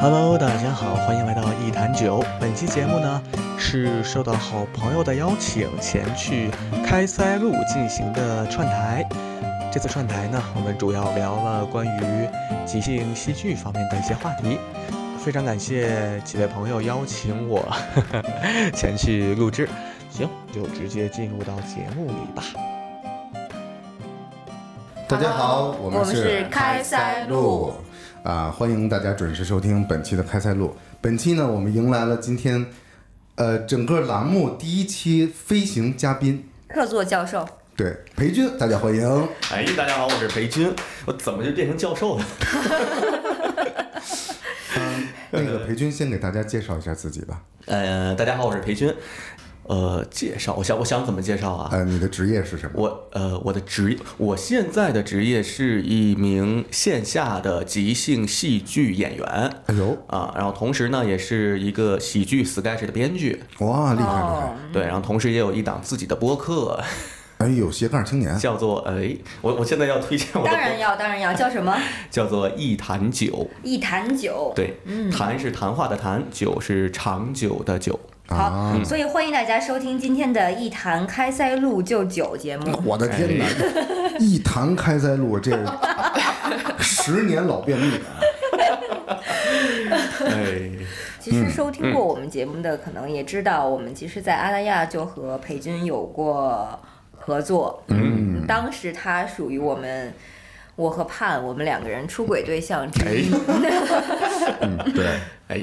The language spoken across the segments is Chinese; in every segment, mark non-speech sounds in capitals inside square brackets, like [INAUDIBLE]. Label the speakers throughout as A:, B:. A: Hello，大家好，欢迎来到一坛酒。本期节目呢是受到好朋友的邀请前去开塞露进行的串台。这次串台呢，我们主要聊了关于即兴戏剧方面的一些话题。非常感谢几位朋友邀请我 [LAUGHS] 前去录制。行，就直接进入到节目里吧。
B: 大家好，
C: Hello，
B: 我
C: 我
B: 们
C: 们是开塞露
B: 啊、欢迎大家准时收听本期的开塞露。本期呢，我们迎来了今天呃整个栏目第一期飞行嘉宾，
C: 客座教授，
B: 对裴军，大家欢迎。
D: 哎，大家好，我是裴军。我怎么就变成教授了？
B: 那个裴军先给大家介绍一下自己吧，
D: 呃，大家好，我是裴军。呃，介绍，我想我想怎么介绍啊？
B: 呃，你的职业是什么？
D: 我呃，我的职，我现在的职业是一名线下的即兴戏剧演员
B: 哎呦，
D: 啊，然后同时呢，也是一个喜剧 sketch 的编剧，
B: 哇，厉害厉害！
C: 哦，
D: 对，然后同时也有一档自己的播客，
B: 哎呦，斜杠青年，
D: 叫做哎，我我现在要推荐我的
C: 当然
D: 播，
C: 要，当然要，叫什么？ [LAUGHS]
D: 叫做一坛酒，
C: 一坛酒。
D: 对，谈是谈话的谈，酒是长久的
C: [LAUGHS]
D: 久。
B: 啊
C: 好，
B: 嗯
C: 所以欢迎大家收听今天的《一坛开塞露就酒》节目。
B: 我的天
C: [LAUGHS]
B: 哪！一谈开塞露，这十年老便秘。
D: 哎，
C: 其实收听过我们节目的，可能也知道，我们其实，在阿那亚就和裴军有过合作。嗯，当时他属于我们，我和盼我们两个人出轨对象之一。
B: 哎嗯，对
D: 哎，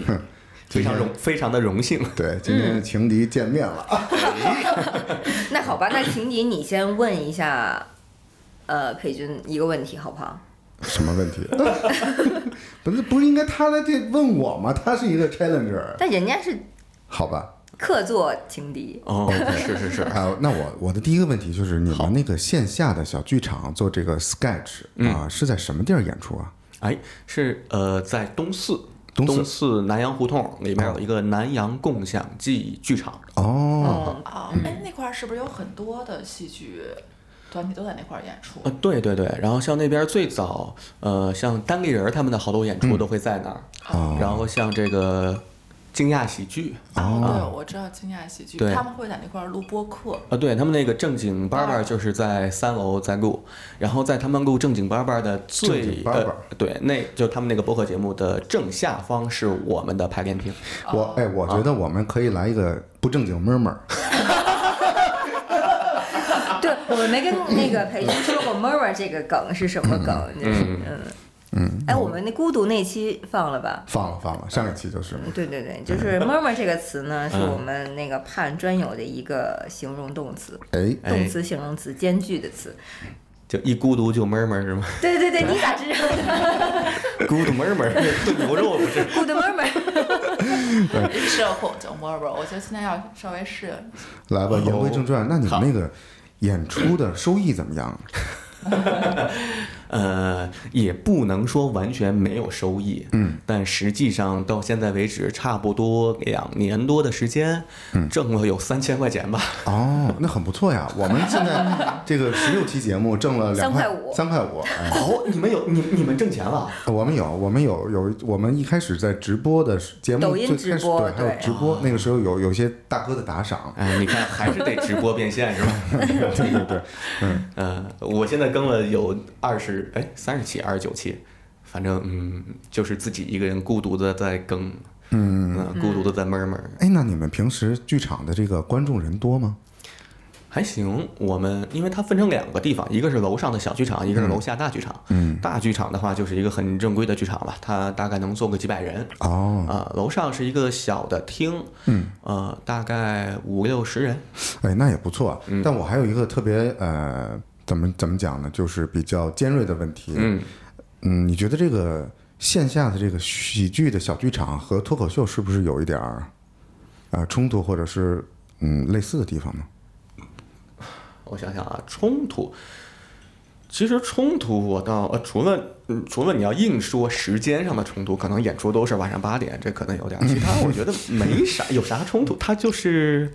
D: 非常荣，非常的荣幸。
B: 对，今
C: 嗯
B: 天情敌见面了。
C: [LAUGHS] 那好吧，那情敌你先问一下，呃，裴军一个问题好不好？
B: 什么问题？ [LAUGHS] 不是不是应该他来这问我吗？他是一个 challenger，
C: 但人家是
B: 好吧？
C: 客座情敌，
D: [LAUGHS] 哦，是是是，
B: 啊、那我我的第一个问题就是，你们那个线下的小剧场做这个 sketch 啊、是在什么地儿演出啊？
D: 哎，是呃，在东四。
B: 东四
D: 四南洋胡同里面有一个南洋共享记剧场，
B: 哦，
C: 嗯，
E: 啊，哎，那块儿是不是有很多的戏剧团体都在那块儿演出？
D: 呃，对对对，然后像那边最早，呃，像单立人儿他们的好多演出都会在那儿，啊然后像这个惊讶喜剧，
E: 啊，对，我知道惊讶喜剧，
D: 哦对
E: 他们会在那块儿录播客。
D: 啊，对他们那个正经班儿班儿就是在三楼在录，然后在他们录正经班儿班儿的最
B: 正经班儿班儿
D: 呃，对，那就他们那个播客节目的正下方是我们的排练厅，
C: 哦
B: 我哎，我觉得我们可以来一个不正经 murmur，
C: 哦对，我们没跟那个裴军说过 murmur 这个梗是什么梗，就是嗯嗯，哎，我们那孤独那期放了吧？
B: 放了放了，上一期就是。
C: 对对对，就是 murmur 这个词呢，是我们那个盼专有的一个形容动词，
B: 哎，
D: 哎
C: 动词、形容词兼具的词。
D: 就一孤独就闷闷是吗？
C: 对对对，你咋知道的 [LAUGHS]
D: 咕嘟闷 [LAUGHS] 闷炖牛肉不是？
C: ？Good [LAUGHS] murmur，
E: [LAUGHS] 社恐就摸摸，哦我觉得现在要稍微适应。
B: 来吧，言归正传，那你们那个演出的收益怎么样？
D: 呃，也不能说完全没有收益，嗯，但实际上到现在为止，差不多两年多的时间，挣了有三千块钱吧。
B: 哦，那很不错呀，我们现在这个十六期节目挣了两
C: 三块五
B: 三块五，哎。
D: 哦，你们有你你们挣钱了？，
B: 我们有，我们有有，我们一开始在直播的时节目
C: 抖音
B: 最开
C: 直
B: 始
C: 播
B: 对，还有
C: 对哦
B: 直播，那个时候有有些大哥的打
D: [LAUGHS]
B: 赏
D: 哎，你看还是得直播变现 [LAUGHS] 是吧？
B: 对对对，
D: 呃，我现在更了有二十哎三十期二十九期，反正嗯，就是自己一个人孤独的在更，嗯、孤独的在闷闷儿，
B: 哎，那你们平时剧场的这个观众人多吗？
D: 还行。我们因为它分成两个地方，一个是楼上的小剧场，一个是楼下大剧场。嗯，大剧场的话就是一个很正规的剧场了，它大概能坐个几百人。
B: 哦，
D: 啊、楼上是一个小的厅，嗯，呃，大概五六十人，
B: 哎，那也不错。但我还有一个特别呃，怎么怎么讲呢，就是比较尖锐的问题。
D: 嗯
B: 嗯你觉得这个线下的这个喜剧的小剧场和脱口秀是不是有一点儿呃冲突，或者是嗯类似的地方呢？
D: 我想想啊，冲突，其实冲突我倒呃，除了嗯，除了你要硬说时间上的冲突，可能演出都是晚上八点，这可能有点儿，其他我觉得没啥，有啥冲突，它就是。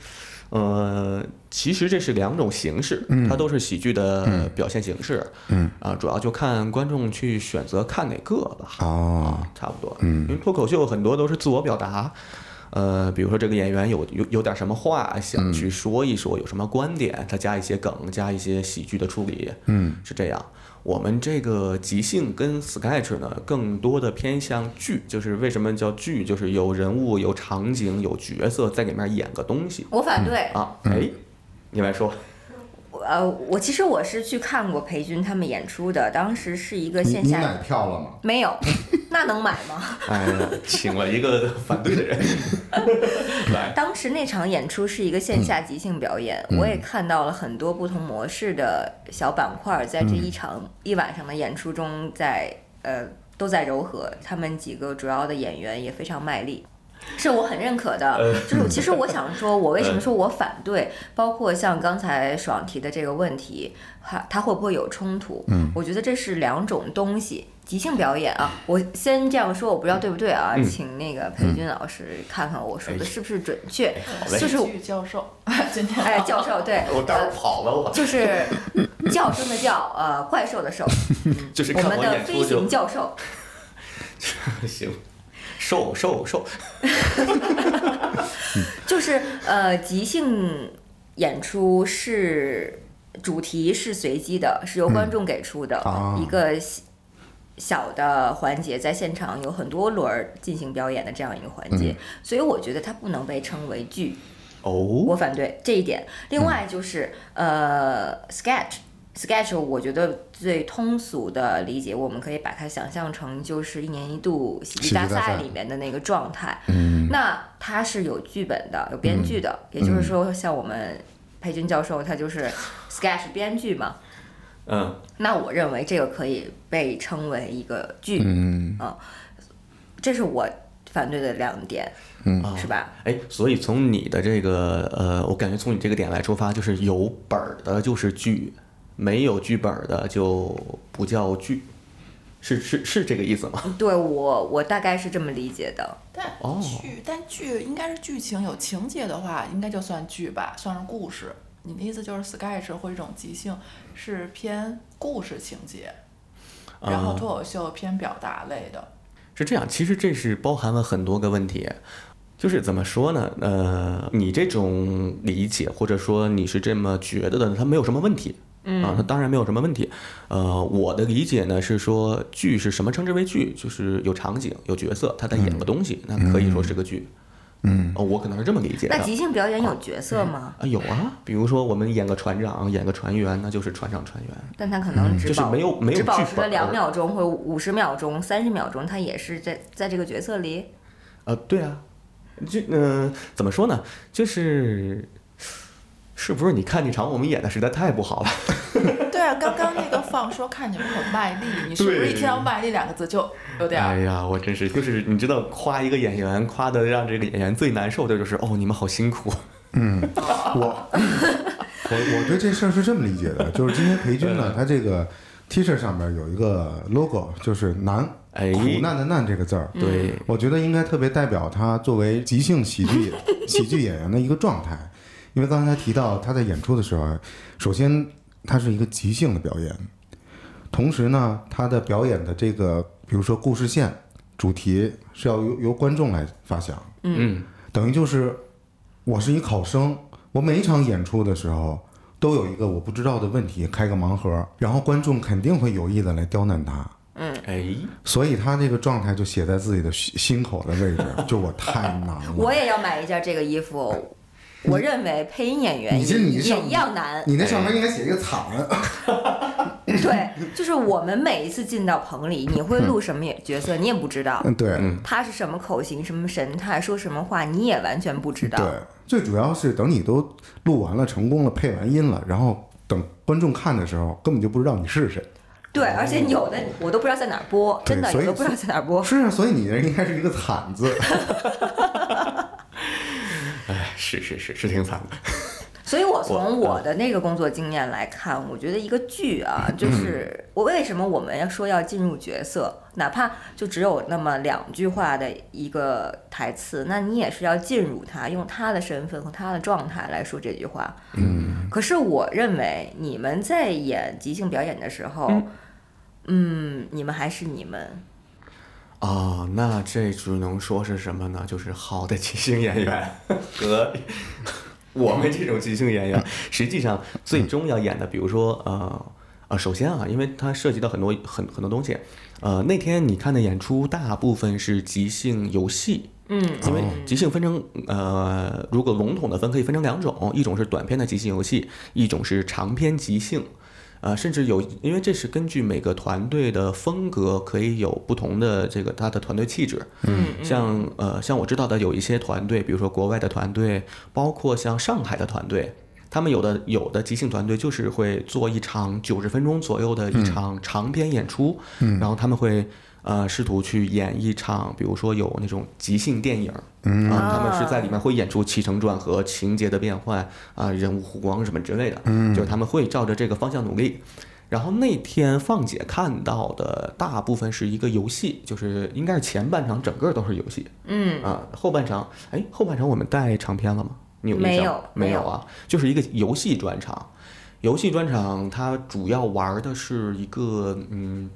D: 呃，其实这是两种形式，它都是喜剧的表现形式。嗯啊，主要就看观众去选择看哪个吧。
B: 哦，
D: 啊，差不多。嗯，因为脱口秀很多都是自我表达，呃，比如说这个演员有有有点什么话想去说一说，有什么观点，他加一些梗，加一些喜剧的处理，嗯，是这样。我们这个即兴跟 sketch 呢，更多的偏向剧，就是为什么叫剧，就是有人物、有场景、有角色，在里面演个东西
C: 我反对，
D: 啊。哎，你来说，
C: 我呃，我其实我是去看过裴军他们演出的，当时是一个
B: 你
C: 线
B: 你
C: 下
B: 买，票了吗？
C: 没有，那能买吗？
D: 哎呀，请了一个反对的人 [LAUGHS] 来，
C: 当时那场演出是一个线下即兴表演，
D: 嗯
C: 我也看到了很多不同模式的小板块儿在
D: 嗯
C: 这一场、一晚上的演出中在呃都在柔和，他们几个主要的演员也非常卖力。是我很认可的，
D: 呃
C: 就是其实我想说，我为什么说我反对，包括像刚才爽提的这个问题，它它会不会有冲突？嗯，我觉得这是两种东西。即兴表演啊，我先这样说，我不知道对不对啊，
D: 嗯哎
C: 请那个裴军老师看看我说的是不是准确。
D: 好嘞
C: 就。是
E: 戏剧教授， [LAUGHS] 今天
C: 哎，教授对，
D: 我待会儿跑了，我
C: 就是叫声的叫，呃，怪兽的
D: [LAUGHS]
C: 兽，
D: 就是
C: 我
D: 看
C: 们
D: 我
C: 的
D: 演
C: 飞
D: 出就
C: 行教授。
D: [LAUGHS] 行，瘦瘦瘦，
C: 就是呃，即兴演出是主题是随机的，是由观众给出
D: 嗯
C: 的、
B: 啊
C: 一个小小的环节，在现场有很多轮儿进行表演的这样一个环节，
D: 嗯
C: 所以我觉得它不能被称为剧，
D: 哦，
C: 我反对这一点。另外就是、呃，sketch。sketch 我觉得最通俗的理解，我们可以把它想象成就是一年一度喜
B: 喜
C: 剧
B: 剧
C: 大
B: 大
C: 赛
B: 赛
C: 里面的那个状态。
B: 嗯
C: 那它是有剧本的，有编剧的，也就是说，像我们裴军教授，他就是 sketch 编剧嘛。
D: 嗯，
C: 那我认为这个可以被称为一个剧，啊
B: 嗯，
C: 这是我反对的两点，
D: 啊
C: 是吧？
D: 哎，所以从你的这个呃，我感觉从你这个点来出发，就是有本儿的就是剧，没有剧本儿的就不叫剧，是是是这个意思吗？
C: 对我，我大概是这么理解的。
E: [LAUGHS] 但
D: 哦
E: 剧，但剧应该是剧情有情节的话，应该就算剧吧，算是故事。你的意思就是 sketch 或一种即兴是偏故事情节，然后
D: 啊
E: 脱口秀偏表达类的。
D: 是这样，其实这是包含了很多个问题，就是怎么说呢？呃，你这种理解或者说你是这么觉得的，它没有什么问题。啊，它当然没有什么问题。呃，我的理解呢是说，剧是什么称之为剧？就是有场景、有角色，他在演个东西，那可以说是个剧。嗯、我可能是这么理解的。
C: 那即兴表演有角色吗？
D: 啊，有啊，比如说我们演个船长，演个船员，那就是船长、船员。
C: 但他可能只
D: 就是
C: 保
D: 没有没有
C: 只保
D: 剧
C: 持
D: 本
C: 了
D: 儿
C: 两秒钟或五十秒钟、三十秒钟，他也是在在这个角色里。
D: 呃，对啊，这嗯、怎么说呢？就是是不是你看那场我们演的实在太不好了？
E: 对啊，刚刚那个放说看你们很卖力，你是不是一听到“卖力”两个字就有点
D: 哎
E: 儿？
D: 呀，我真是就是你知道夸一个演员，夸的让这个演员最难受的就是哦，你们好辛苦。
C: 哦
B: 我 [LAUGHS] 我我对这事儿是这么理解的，就是今天裴军
D: [LAUGHS]
B: 呢，他这个 T 恤上面有一个 logo，就是难
D: 哎嗯
B: 苦难的难这个字儿，
D: 对，
B: 我觉得应该特别代表他作为即兴喜
D: [LAUGHS]
B: 剧喜剧演员的一个状态，因为刚才提到他在演出的时候，首先他是一个即兴的表演，同时呢，他的表演的这个，比如说故事线、主题是要由由观众来发想，
D: 嗯，
B: 等于就是我是一考生，我每一场演出的时候都有一个我不知道的问题，开个盲盒，然后观众肯定会有意的来刁难他。
E: 嗯
D: 哎，
B: 所以他这个状态就写在自己的心心口的位置，就我太难了。
C: 我也要买一件这个衣服。我认为配音演员
B: 你这
C: 也
B: 你
C: 也
B: 上
C: 一样难，
B: [LAUGHS] 你那上面应该写一个惨，
C: 对，就是我们每一次进到棚里，你会录什么也角色，你也不知道。
B: [LAUGHS] 嗯，对，
C: 他是什么口型、什么神态、说什么话，你也完全不知道。
B: 对，最主要是等你都录完了、成功了、配完音了，然后等观众看的时候，根本就不知道你是谁。
C: 对而且有的我都不知道在哪儿播，
B: 对
C: 真的
B: 所
C: 有
B: 以
C: 的不知道在哪儿播。
B: 是啊，所以你这应该是一个惨字。
D: 哎，是是是是挺惨的。
C: 所以我从
D: 我
C: 我的那个工作经验来看，我觉得一个剧啊，就是我为什么我们要说要进入角色，哪怕就只有那么两句话的一个台词，那你也是要进入他，用他的身份和他的状态来说这句话。嗯。可是我认为你们在演即兴表演的时候，嗯，你们还是你们。
D: 哦，那这只能说是什么呢？就是好的即兴演员和我们这种即兴演员，实际上最终要演的，比如说呃呃，首先啊，因为它涉及到很多很很多东西，呃，那天你看的演出大部分是即兴游戏。
C: 嗯，
D: 因为即兴分成呃，如果笼统的分，可以分成两种，一种是短篇的即兴游戏，一种是长篇即兴。呃，甚至有，因为这是根据每个团队的风格，可以有不同的这个他的团队气质。嗯，像呃，像我知道的有一些团队，比如说国外的团队，包括像上海的团队，他们有的有的即兴团队就是会做一场九十分钟左右的一场长篇演出，然后他们会呃试图去演一场，比如说有那种即兴电影，嗯、他们是在里面会演出起承转合、情节的变换啊、人物弧光什么之类的，嗯、就是他们会照着这个方向努力。然后那天放姐看到的大部分是一个游戏，就是应该是前半场整个都是游戏，嗯啊，后半场，哎，后半场我们带长篇了吗？你有印象
C: 没
D: 吗
C: 有
D: 没
C: 没
D: 有
C: 有
D: 啊，就是一个游戏专场。游戏专场它主要玩的是一个嗯，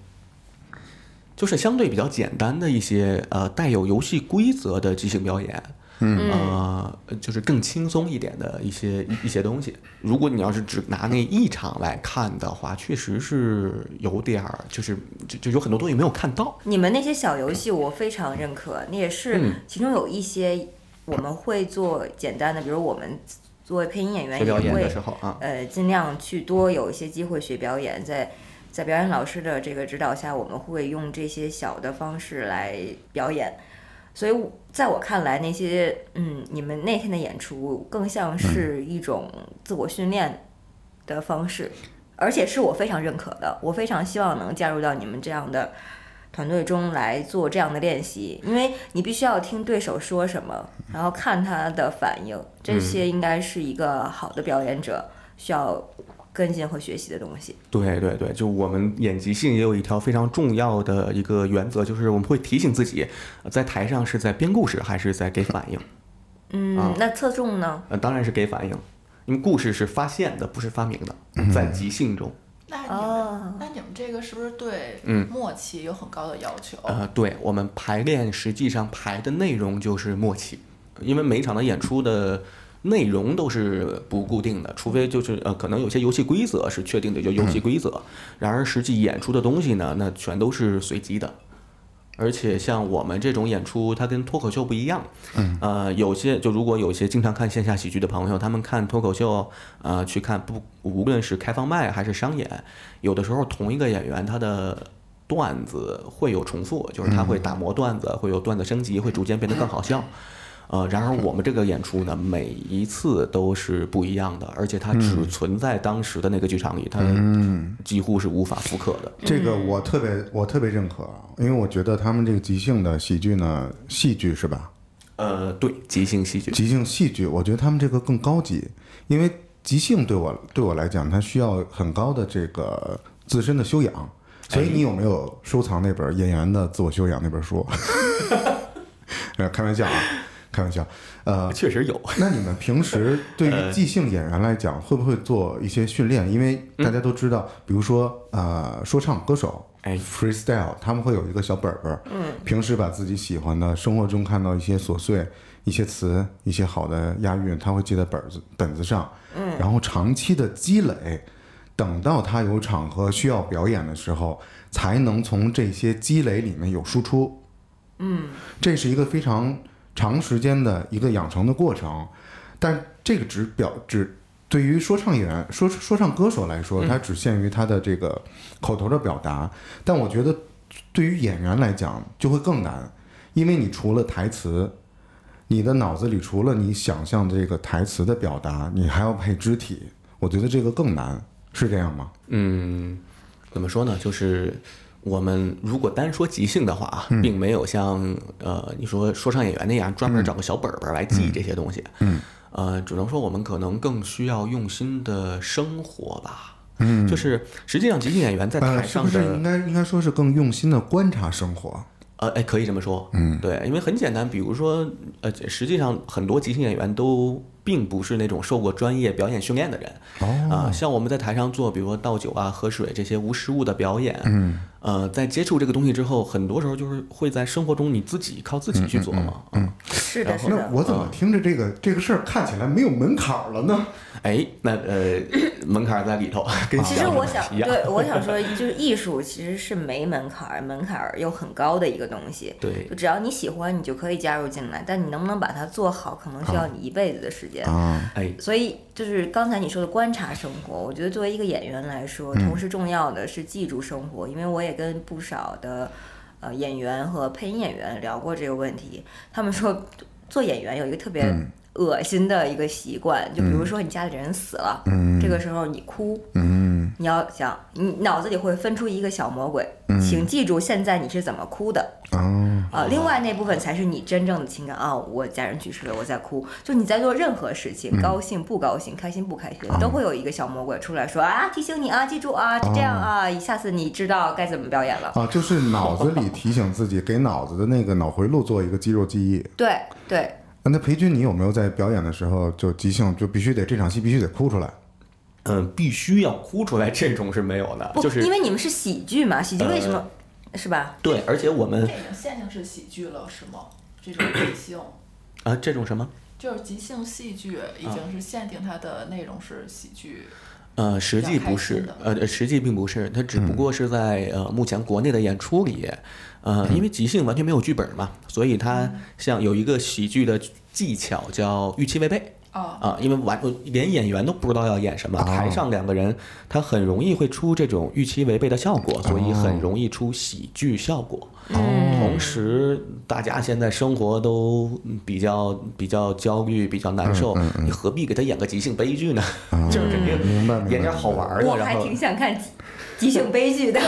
D: 就是相对比较简单的一些呃带有游戏规则的即兴表演。嗯呃，就是更轻松一点的一些一一些东西。如果你要是只拿那一场来看的话，确实是有点儿，就是就就有很多东西没有看到。
C: 你们那些小游戏我非常认可，那也
D: 嗯
C: 是其中有一些我们会做简单的，比如我们作为配音演员
D: 学
C: 也
D: 表演的
C: 会
D: 时候啊，
C: 呃尽量去多有一些机会学表演，在在表演老师的这个指导下，我们会用这些小的方式来表演。所以我，在我看来，那些嗯，你们那天的演出更像是一种自我训练的方式，而且是我非常认可的。我非常希望能加入到你们这样的团队中来做这样的练习，因为你必须要听对手说什么，然后看他的反应，这些应该是一个好的表演者需要跟进和学习的东西。
D: 对对对，就我们演即兴也有一条非常重要的一个原则，就是我们会提醒自己，呃在台上是在编故事还是在给反应？
C: 嗯
D: 啊，
C: 那侧重呢？
D: 呃，当然是给反应，因为故事是发现的，不是发明的，在即兴中。
E: 那你们、
C: 哦
E: 那你们这个是不是对
D: 嗯
E: 默契有很高的要求？
D: 呃，对我们排练实际上排的内容就是默契，因为每一场的演出的内容都是不固定的，除非就是呃，可能有些游戏规则是确定的，就游戏规则。然而实际演出的东西呢，那全都是随机的。而且像我们这种演出，它跟脱口秀不一样。嗯，呃，有些就如果有些经常看线下喜剧的朋友，他们看脱口秀，呃，去看不无论是开放麦还是商演，有的时候同一个演员他的段子会有重复，就是他会打磨段子，会有段子升级，会逐渐变得更好笑。呃，然而我们这个演出呢，每一次都是不一样的，而且它只存在当时的那个剧场里，它几乎是无法复刻的。
B: 这个我特别我特别认可，啊因为我觉得他们这个即兴的喜剧呢，戏剧是吧？
D: 呃，对，即兴戏剧，
B: 即兴戏剧，我觉得他们这个更高级，因为即兴对我对我来讲，它需要很高的这个自身的修养。所以你有没有收藏那本《演员的自我修养》那本书？ [LAUGHS] 呃，开玩笑啊，开玩笑。呃，
D: 确实有。
B: 那你们平时对于即兴演员来讲，会不会做一些训练？因为大家都知道，比如说呃，说唱歌手，
D: 哎
B: freestyle，他们会有一个小本本儿，嗯，平时把自己喜欢的、生活中看到一些琐碎、一些词、一些好的押韵，他会记在本子本子上，嗯，然后长期的积累，等到他有场合需要表演的时候，才能从这些积累里面有输出，嗯，这是一个非常长时间的一个养成的过程，但这个只表只。对于说唱演员、说说唱歌手来说，它只限于他的这个口头的表达，但我觉得对于演员来讲就会更难，因为你除了台词，你的脑子里除了你想象这个台词的表达，你还要配肢体，我觉得这个更难，是这样吗？
D: 嗯，怎么说呢？就是我们如果单说即兴的话啊，
B: 嗯
D: 并没有像呃你说说唱演员那样专门找个小本本儿来记这些东西。嗯，呃，只能说我们可能更需要用心的生活吧。嗯，就是实际上即兴演员在
B: 呃，
D: 台
B: 是
D: 上
B: 不
D: 的、
B: 是应该应该说是更用心的观察生活？
D: 呃，哎，可以这么说，嗯，对，因为很简单，比如说，呃，实际上很多即兴演员都并不是那种受过专业表演训练的人，
B: 哦
D: 啊、像我们在台上做，比如说倒酒啊、喝水这些无实物的表演，嗯，呃，在接触这个东西之后，很多时候就是会在生活中你自己靠自己去做嘛，嗯，
C: 是的，是
B: 那
C: 的，
B: 我怎么听着这个这个事儿看起来没有门槛儿了呢？
D: 哎，那呃，门槛儿在里头，跟
C: 其实我想
D: 想，啊一样，
C: 对我想说，就是艺术其实是没门槛儿，门槛儿又很高的一个东西。
D: 对
C: 就只要你喜欢，你就可以加入进来，但你能不能把它做好，可能需要你一辈子的时间。
B: 啊，
D: 哎，
C: 所以就是刚才你说的观察生活，我觉得作为一个演员来说，同时重要的是记住生活，因为我也跟不少的呃演员和配音演员聊过这个问题，他们说做演员有一个特别恶心的一个习惯，就比如说你家里人死了，这个时候你哭，
B: 嗯，
C: 你要想你脑子里会分出一个小魔鬼，请记住现在你是怎么哭的，
B: 啊，
C: 啊，另外那部分才是你真正的情感啊！我家人去世了，我在哭。就你在做任何事
D: 嗯
C: 情，高兴不高兴，开心不开心，都会有一个小魔鬼出来说啊，提醒你啊，记住啊，这
D: 哦
C: 样啊，下次你知道该怎么表演了。
B: 啊，就是脑子里提醒自己，给脑子的那个脑回路做一个肌肉记忆。
C: 对对，
B: 那那裴军，你有没有在表演的时候就即兴，就必须得这场戏必须得哭出来？
D: 嗯、必须要哭出来，这种是没有的，
C: 不，
D: 就是呃
C: 因为你们是喜剧嘛，喜剧为什么、是吧？
D: 对，而且我
E: 这
D: 们
E: 已经限定是喜剧了，是吗？这种即兴
D: 啊、这种什么。
E: 就是即兴戏剧，已
D: 啊
E: 经是限定它的内容是喜剧。
D: 呃，实
E: 比较
D: 际
E: 开
D: 不
E: 心
D: 是
E: 的，
D: 呃，实际并不是，它只不过是在、呃目前国内的演出里，呃，因为即兴完全没有剧本嘛，所以它
E: 嗯
D: 像有一个喜剧的技巧叫预期违背 [LAUGHS]
E: 哦，
D: 啊、因为完连演员都不知道要演什么，台上两个人他很容易会出这种预期违背的效果，所以很容易出喜剧效果。
E: 嗯
D: 同时，大家现在生活都嗯比较比较焦虑，比较难受，你何必给他演个即兴悲剧呢？ [LAUGHS] 就是肯定
B: 明白明白
D: 演点好玩儿的，
C: 我
D: 然
C: 还
D: 后
C: 挺想看即即兴悲剧的。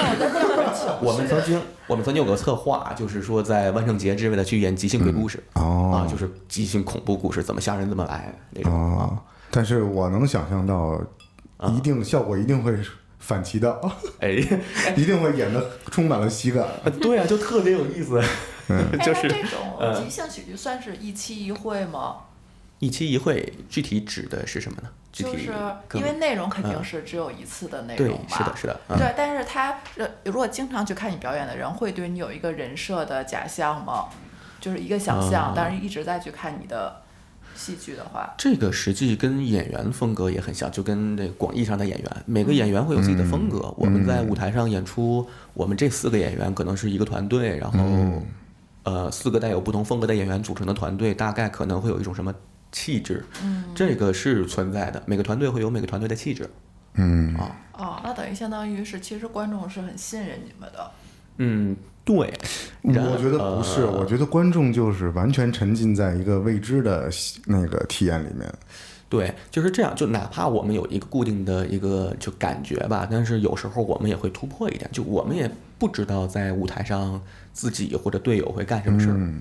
D: 我们曾经，我们曾经有个策划，就是说在万圣节之类的去演即兴鬼故事、啊
B: 哦，，
D: 就是即兴恐怖故事，怎么吓人怎么来那种
B: 哦，但是我能想象到，
D: 啊
B: 一定效果一定会反其道， [LAUGHS]
D: 哎， [LAUGHS]
B: 一定会演的充满了喜感。
D: 对啊，就特别有意思， [LAUGHS] 就
E: 哎
D: 是呃
E: 那这种即兴喜剧算是一期一会吗？
D: 一期一会。具体指的是什么呢？具
E: 就
D: 体
E: 是
D: 可
E: 因
D: 能嗯
E: 为内容肯定是只有一次的内
D: 对
E: 容嘛。，
D: 是的，是的，嗯，
E: 对，但是他呃如果经常去看你表演的人，会对你有一个人设的假象吗？就是一个想象，但是一直在去看你的戏剧的话，
D: 这个实际跟演员风格也很像，就跟这个广义上的演员，每个演员会有自己的风格。我们在舞台上演出，我们这四个演员可能是一个团队，然后、呃，四个带有不同风格的演员组成的团队，大概可能会有一种什么气质，嗯、这个是存在的。每个团队会有每个团队的气质，
B: 嗯
D: 啊，
E: 哦，那等于相当于是，其实观众是很信任你们的。
D: 嗯，对，然
B: 我觉得不是，
D: 呃
B: 我觉得观众就是完全沉浸在一个未知的喜那个体验里面。
D: 对，就是这样。就哪怕我们有一个固定的一个就感觉吧，但是有时候我们也会突破一点，就我们也不知道在舞台上自己或者队友会干什么事儿。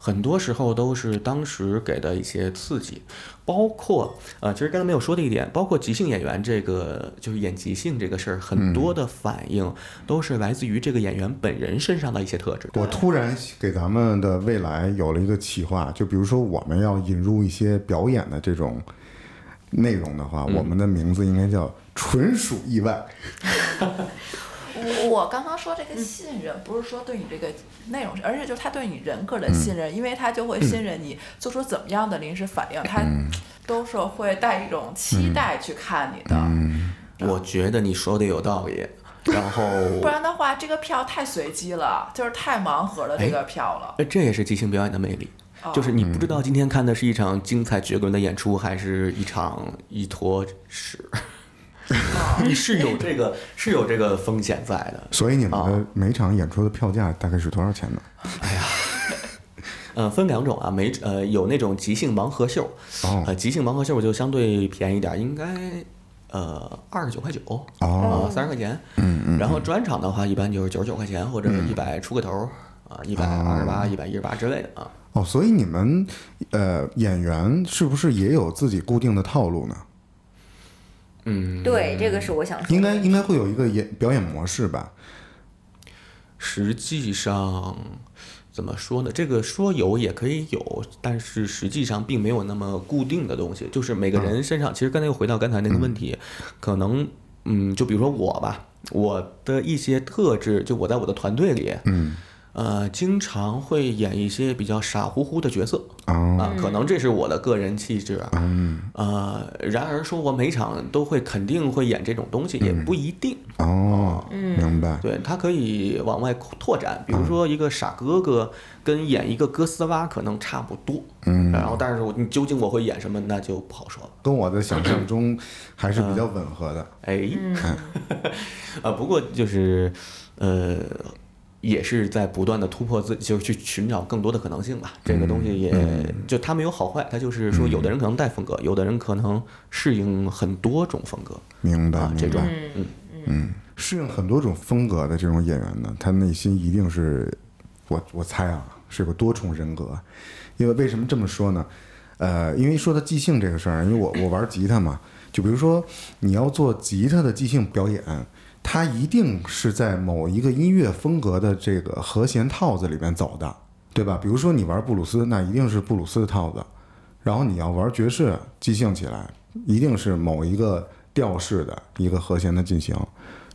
D: 很多时候都是当时给的一些刺激，包括呃，其实刚才没有说的一点，包括即兴演员这个就是演即兴这个事儿，很多的反应都是来自于这个演员本人身上的一些特质。
B: 我突然给咱们的未来有了一个企划，就比如说我们要引入一些表演的这种内容的话，我们的名字应该叫“纯属意外
E: 我我刚刚说这个信任，不是说对你这个内容，而是就是他对你人格的信任，因为他就会信任你做出怎么样的临时反应，他都是会带一种期待去看你的。
B: 嗯
D: 我觉得你说的有道理，然后
E: 不然的话，这个票太随机了，就是太盲盒的这个票了。
D: 呃，这也是即兴表演的魅力，
E: 哦
D: 就是你不知
B: 嗯
D: 道今天看的是一场精彩绝伦的演出，还是一场一坨屎。你是有这个是有这个风险在的”，，
B: 所以你们的每场演出的票价大概是多少钱呢？
D: 呃，分两种啊，没呃有那种即兴盲盒秀，
B: 哦
D: 呃，即兴盲盒秀就相对便宜点儿，应该呃二十九块九，啊
B: 哦嗯
D: 三十块钱，嗯嗯，然后专场的话一般就是九十九块钱或者一百出个头儿啊，一百二十八、一百一十八之类的啊。
B: 哦，所以你们呃演员是不是也有自己固定的套路呢？
D: 嗯，
C: [LAUGHS] 对，这个是我想说的。
B: 应该应该会有一个演表演模式吧？
D: 实际上怎么说呢？这个说有也可以有，但是实际上并没有那么固定的东西。就是每个人身上，其实刚才又回到刚才那个问题，可能嗯，就比如说我吧，我的一些特质，就我在我的团队里，
B: 嗯，
D: 呃，经常会演一些比较傻乎乎的角色
B: 哦，
D: 啊，可能这是我的个人气质啊。
B: 嗯，
D: 呃，然而说我每场都会肯定会演这种东西，也
B: 嗯
D: 不一定。
B: 哦，明白。
D: 对，它可以往外拓展，比如说一个傻哥哥跟演一个哥斯拉可能差不多，嗯，然后但是我你究竟我会演什么，那就不好说了。
B: 跟我的想象中还是比较吻合的。
D: 哎，
C: 嗯
D: [LAUGHS] 啊，不过就是，呃，也是在不断的突破自己，就是去寻找更多的可能性吧。这个东西也、就它没有好坏，它就是说，有的人可能带风格，有的人可能适应很多种风格
B: 明白，
D: 啊，这
B: 明
D: 种
B: 白。
D: 嗯
B: 适应很多种风格的这种演员呢，他内心一定是，我我猜啊，是个多重人格。因为为什么这么说呢？呃，因为说到即兴这个事儿，因为我我玩吉他嘛，就比如说你要做吉他的即兴表演，它一定是在某一个音乐风格的这个和弦套子里面走的，对吧？比如说你玩布鲁斯，那一定是布鲁斯的套子；然后你要玩爵士即兴起来，一定是某一个调式的一个和弦的进行。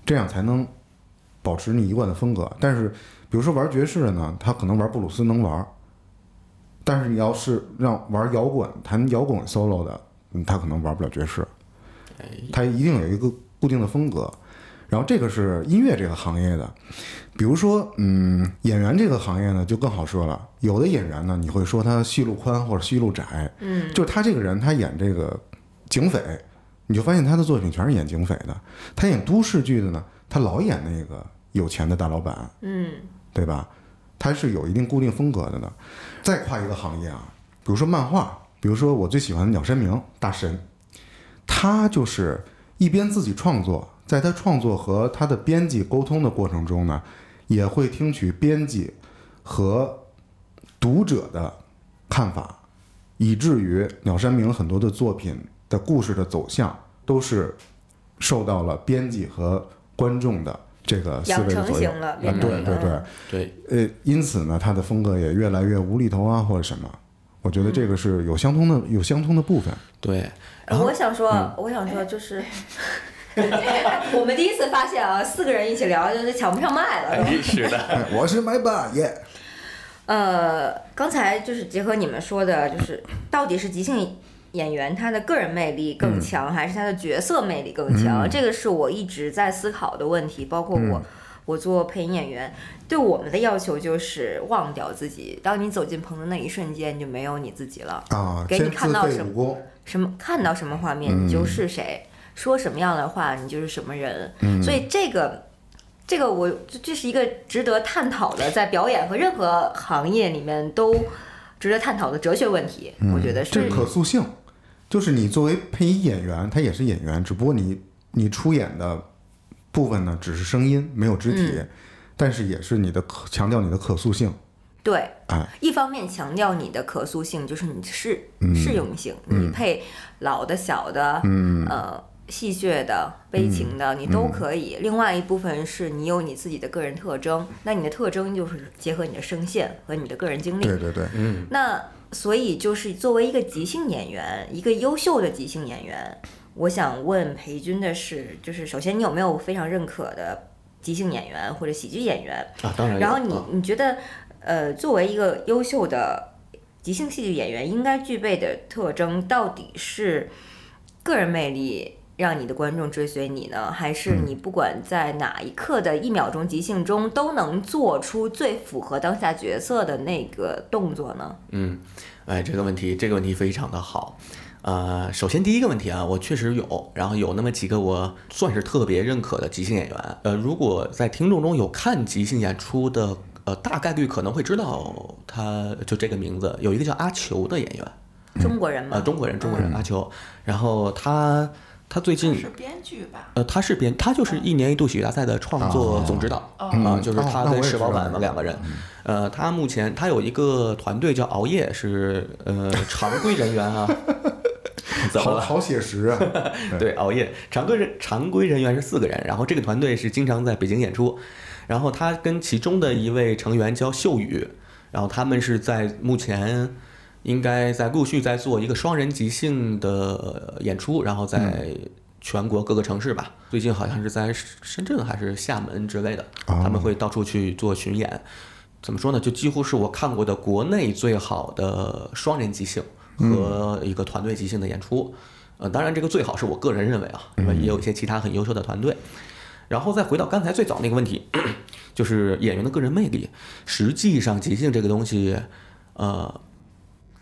B: 这样才能保持你一贯的风格。但是，比如说玩爵士的呢，他可能玩布鲁斯能玩，但是你要是让玩摇滚、弹摇滚 solo 的，嗯他可能玩不了爵士，他一定有一个固定的风格。然后这个是音乐这个行业的，比如说，嗯，演员这个行业呢就更好说了。有的演员呢，你会说他戏路宽或者戏路窄，嗯，就是他这个人，他演这个警匪，你就发现他的作品全是演警匪的。他演都市剧的呢，他老演那个有钱的大老板，
C: 嗯
B: 对吧？他是有一定固定风格的呢。再跨一个行业啊，比如说漫画，比如说我最喜欢的鸟山明大神，他就是一边自己创作，在他创作和他的编辑沟通的过程中呢，也会听取编辑和读者的看法，以至于鸟山明很多的作品的故事的走向都是受到了编辑和观众的这个思维
C: 养
B: 的
C: 成
B: 左右。
C: 型了，
B: 啊，
C: 变成
B: 对
C: 一
B: 对
C: 个
B: 对，
D: 对，
B: 呃，因此呢，他的风格也越来越无厘头啊，或者什么。我觉得这个是有相通的，
C: 嗯
B: 有相通的部分。
D: 对，
C: 呃
D: 啊
C: 我想
D: 嗯
C: 说，我想说，就是 [LAUGHS] 我们第一次发现啊，四个人一起聊就是抢不上麦了。
D: 哎，是的，
B: 哎，我是麦霸耶，
C: 呃，刚才就是结合你们说的，就是到底是即兴演员他的个人魅力更强，还是他的角色魅力更强？这个是我一直在思考的问题，包括我。我做配音演员，对我们的要求就是忘掉自己。当你走进棚的那一瞬间，你就没有你自己了。
B: 啊，
C: 给你
B: 先
C: 看
B: 自
C: 到
B: 废
C: 什么
B: 武功，
C: 什么看到什么画
B: 嗯
C: 面，你就是谁；说什么样的话，你就是什么人。
B: 嗯
C: 所以这个，这个我这这是一个值得探讨的，在表演和任何行业里面都值得探讨的哲学问题。我觉得
B: 嗯这
C: 是，
B: 可塑性，就是你作为配音演员，他也是演员，只不过你你出演的部分呢，只是声音，没有肢体，
C: 嗯
B: 但是也是你的可强调你的可塑性。
C: 对
B: 哎，
C: 一方面强调你的可塑性，就是你适适用性，你配老的、小的，呃。戏谑的、悲情的，你都可以。另外一部分是你有你自己的个人特征，那你的特征就是结合你的声线和你的个人经历。
B: 对对对，
D: 嗯，
C: 那所以就是作为一个即兴演员，一个优秀的即兴演员，我想问裴军的是，就是首先你有没有非常认可的即兴演员或者喜剧演员？
D: 啊，当然有，
C: 然后你
D: 啊
C: 你觉得，呃，作为一个优秀的即兴戏剧演员，应该具备的特征到底是个人魅力让你的观众追随你呢，还是你不管在哪一刻的一秒钟即兴中都能做出最符合当下角色的那个动作呢？
D: 嗯，哎，这个问题，这个问题非常的好。呃，首先第一个问题啊，我确实有，然后有那么几个我算是特别认可的即兴演员。呃，如果在听众中有看即兴演出的，呃，大概率可能会知道他就这个名字，有一个叫阿球的演员，
C: 啊中国人
D: 呃，
C: 吗？
D: 中国人，中国人阿秋，然后他他最近
E: 是编剧吧？
D: 呃，他是编，他就是一年一度喜剧大赛的创作总指导
E: 哦
D: 啊、
E: 嗯
D: 就是
B: 哦
D: 他
B: 那我
D: 跟
B: 也知
D: 石老
B: 道嗯
D: 板嘛
B: 那个
D: 两个人。呃，他目前他有一个团队叫熬夜，是呃常规人员
B: [LAUGHS]
D: 啊。怎么
B: 好
D: 了？
B: 好写实啊！
D: 对，熬夜常规人常规人员是四个人，然后这个团队是经常在北京演出，然后他跟其中的一位成员叫秀宇，然后他们是在目前应该在陆续在做一个双人即兴的呃演出，然后在全国各个城市吧，最近好像是在深圳还是厦门之类的，
B: 哦
D: 他们会到处去做巡演。怎么说呢？就几乎是我看过的国内最好的双人即兴和一个团队即兴的演出。呃，当然这个最好是我个人认为啊，因为也有一些其他很优秀的团队。然后再回到刚才最早那个问题，就是演员的个人魅力。实际上，即兴这个东西，呃，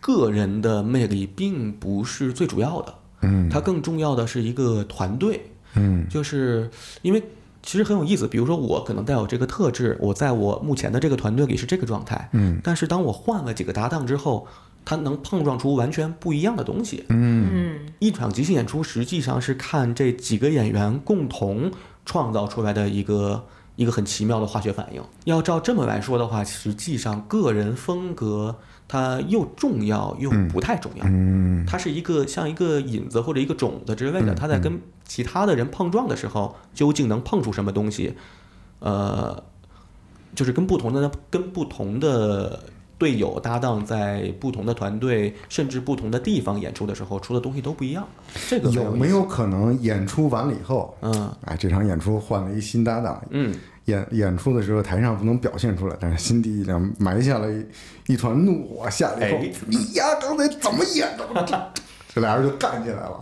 D: 个人的魅力并不是最主要的，嗯，它更重要的是一个团队，嗯，就是因为其实很有意思，比如说我可能带有这个特质，我在我目前的这个团队里是这个状态，嗯，但是当我换了几个搭档之后，它能碰撞出完全不一样的东西，嗯，
C: 嗯
D: 一场即兴演出实际上是看这几个演员共同创造出来的一个一个很奇妙的化学反应。要照这么来说的话，实际上个人风格它又重要又不太重要，
B: 嗯
D: 它是一个像一个引子或者一个种子之类的，它在跟其他的人碰撞的时候，究竟能碰出什么东西？呃，就是跟不同的跟不同的队友搭档，在不同的团队甚至不同的地方演出的时候，出的东西都不一样。这个
B: 有
D: 没
B: 没
D: 有
B: 有
D: 意思？
B: 可能演出完了以后，
D: 嗯
B: 哎，这场演出换了一新搭档，
D: 嗯，
B: 演演出的时候台上不能表现出来，但是心底里面埋下了一一团怒火，下来以后
D: 哎，
B: 你呀刚才怎么演的？这这这俩人就干起来了。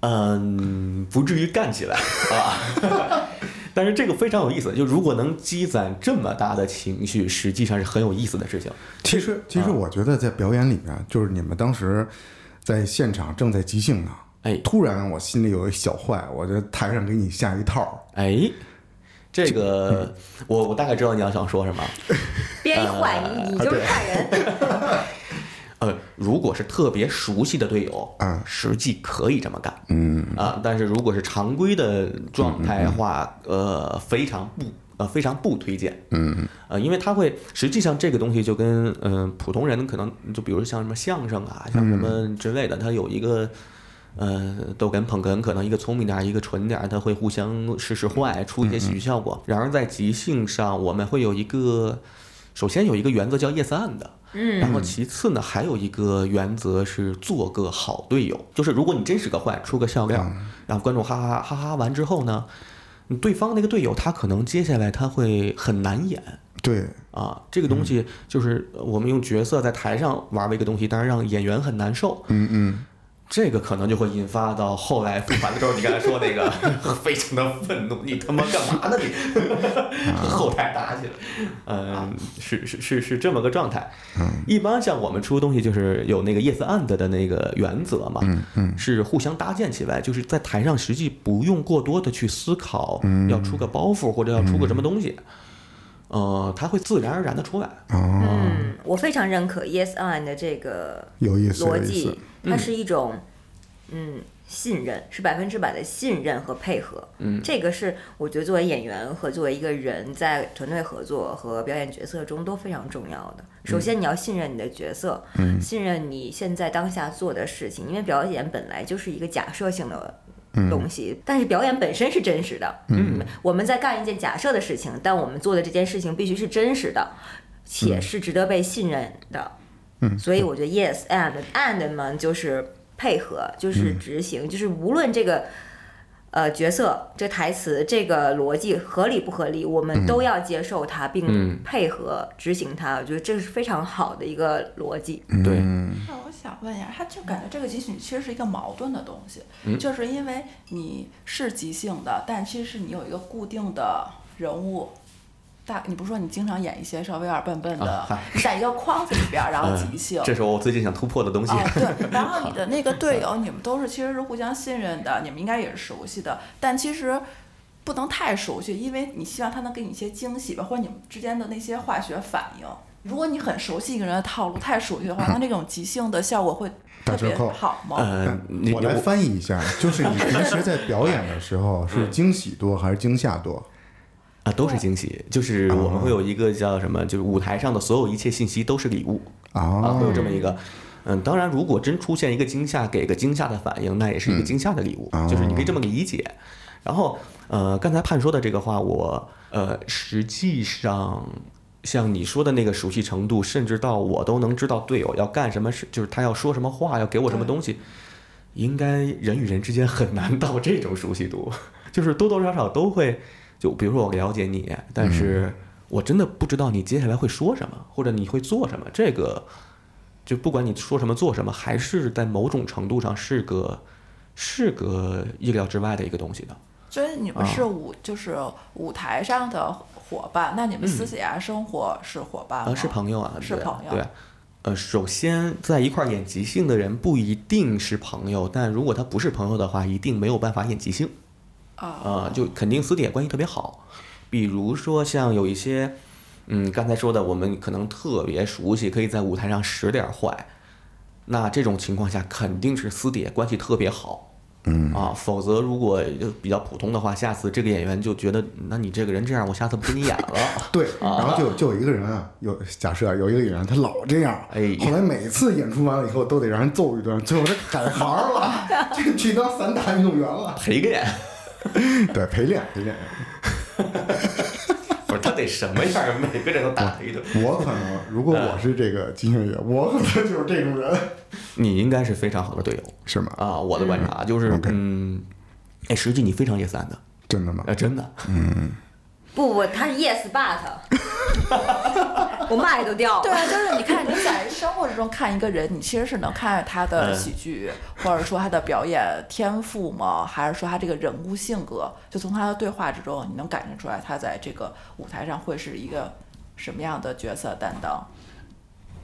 D: 嗯，不至于干起来啊。 [LAUGHS] 但是这个非常有意思，就如果能积攒这么大的情绪，实际上是很有意思的事情。
B: 其实，其
D: 啊
B: 实我觉得在表演里面，就是你们当时在现场正在即兴呢，
D: 哎
B: 突然我心里有一小坏，我在台上给你下一套，
D: 哎，这个我我大概知道你要想说什么。
C: 嗯编一坏你，你就是坏 [LAUGHS] 人。
D: 呃，如果是特别熟悉的队友，
B: 嗯
D: 实际可以这么干，
B: 嗯
D: 啊，但是如果是常规的状态的话，呃，非常不呃非常不推荐，
B: 嗯，
D: 呃，因为它会实际上这个东西就跟嗯、呃普通人可能就比如像什么相声啊，像什
B: 嗯
D: 么之类的，它有一个。呃，逗哏捧哏，可能一个聪明点儿，一个蠢点儿，它会互相使使坏，出一些喜剧效
B: 嗯
D: 果。然而在即兴上，我们会有一个，首先有一个原则叫 yes and，
C: 嗯
D: 然后其次呢，还有一个原则是做个好队友，就是如果你真是个坏，出个笑料，然后观众哈哈哈哈完之后呢，你对方那个队友他可能接下来他会很难演
B: 对，
D: 啊，这
B: 嗯
D: 个东西就是呃我们用角色在台上玩的一个东西，当然让演员很难受。
B: 嗯嗯，
D: 这个可能就会引发到后来复盘的时候，你刚才说那
B: [LAUGHS]
D: 个非常的愤怒，你他妈干嘛呢你？
B: 啊
D: 后台打起来，嗯，是是是是这么个状态。
B: 嗯
D: 一般像我们出东西就是有那个 yes and 的那个原则嘛，
B: 嗯
D: 是互相搭建起来，就是在台上实际不用过多的去思考
B: 嗯
D: 要出个包袱或者要出个什么东西，呃，它会自然而然的出来。
B: 哦，
C: 嗯，我非常认可 Yes on 的这个
B: 有意思，有
C: 逻
B: 意思
C: 辑，，它是一种嗯信任，是百分之百的信任和配合。
D: 嗯
C: 这个是我觉得作为演员和作为一个人在团队合作和表演角色中都非常重要
B: 嗯
C: 的。首先，你要信任你的角色，信任你现在当下做的事情，因为表演本来就是一个假设性的。
B: 嗯
C: 东西，但是表演本身是真实的。嗯，我们在干一件假设的事情，但我们做的这件事情必须是真实的，且是值得被信任的。所以我觉得 yes and and 嘛，就是配合，就是执行，就是无论这个呃角色、这台词、这个逻辑合理不合理，我们都要接受它，并配合执行它。我觉得这是非常好的一个逻辑。
B: 嗯
D: 对，
E: 那我想问一下，他就感觉这个即兴其实是一个矛盾的东西，
D: 嗯
E: 就是因为你是即兴的，但其实是你有一个固定的人物。大，你不是说你经常演一些稍微有点笨笨的，
D: 啊嗨
E: 你在一个框子里边儿，然后
D: 嗯
E: 即兴，
D: [LAUGHS] 这是我最近想突破的东西。
E: 哦，对，然后你的那个队友，你们都是其实是互相信任的，你们应该也是熟悉的，但其实不能太熟悉，因为你希望他能给你一些惊喜吧，或者你们之间的那些化学反应。如果你很熟悉一个人的套路，太熟悉的话，那这种即兴的效果会
B: 打
E: 特
B: 折
E: 别
B: 扣嗯
E: 好吗？
D: [LAUGHS] 呃，你
B: 我来翻译一下，就是你平时在表演的时候 [LAUGHS] 是惊喜多还是惊吓多？
D: 啊，都是惊喜，
B: 啊
D: 就是我们会有一个叫什么，就是舞台上的所有一切信息都是礼物啊，
B: 啊
D: 会有这么一个。嗯，当然，如果真出现一个惊吓，给个惊吓的反应，那也是一个惊吓的礼物，就是你可以这么理解。然后，呃，刚才盼说的这个话，我呃，实际上像你说的那个熟悉程度，甚至到我都能知道队友要干什么事，就是他要说什么话，要给我什么东西，应该人与人之间很难到这种熟悉度， [LAUGHS] 就是多多少少都会，就比如说我了解你，但是我真的不知道你接下来会说什么，或者你会做什么，这个。就不管你说什么做什么，还是在某种程度上是个是个意料之外的一个东西的。
E: 所以
B: 嗯
E: 你们
D: 啊
E: 是舞、就是舞台上的伙伴，那你们
B: 嗯
E: 私底下生活是伙伴
B: 呃
E: 吗？
D: 啊，是朋友啊，
E: 是
D: 对
E: 朋友
D: 对，呃，首先在一块儿演即兴的人不一定是朋友，但如果他不是朋友的话，一定没有办法演即兴。
E: 啊、
D: 呃，就肯定私底下关系特别好。比如说像有一些，嗯，刚才说的，我们可能特别熟悉，可以在舞台上使点坏，那这种情况下肯定是私底下关系特别好。嗯啊，否则如果就比较普通的话，下次这个演员就觉得，嗯那你这个人这样，我下次不跟你演了。 [LAUGHS]
B: 对，然后就就有一个人啊，有假设啊有一个演员他老这样，
D: 哎
B: 后来每次演出完了以后都得让人揍一顿，最后他改行
C: [LAUGHS]
B: 了，去去当散打运动员了。
D: 赔个脸，
B: 对，陪练陪练，
D: 不是他得什么样儿，每个人都打他一顿。
B: 我可能如果我是这个金星宇，我可能就是这种人，
D: [LAUGHS] 你应该是非常好的队友
B: 是吗？
D: 啊，我的观察就是，嗯，哎，实际你非常野三的，
B: 真的吗？
D: 啊，真的。
C: 不不，他是 yes but，我麦都掉
E: 对
C: 了。
E: [LAUGHS] 啊，就是你看你在生活之中看一个人，你其实是能看他的喜剧，或者说他的表演天赋吗？还是说他这个人物性格？就从他的对话之中，你能感觉出来他在这个舞台上会是一个什么样的角色担当，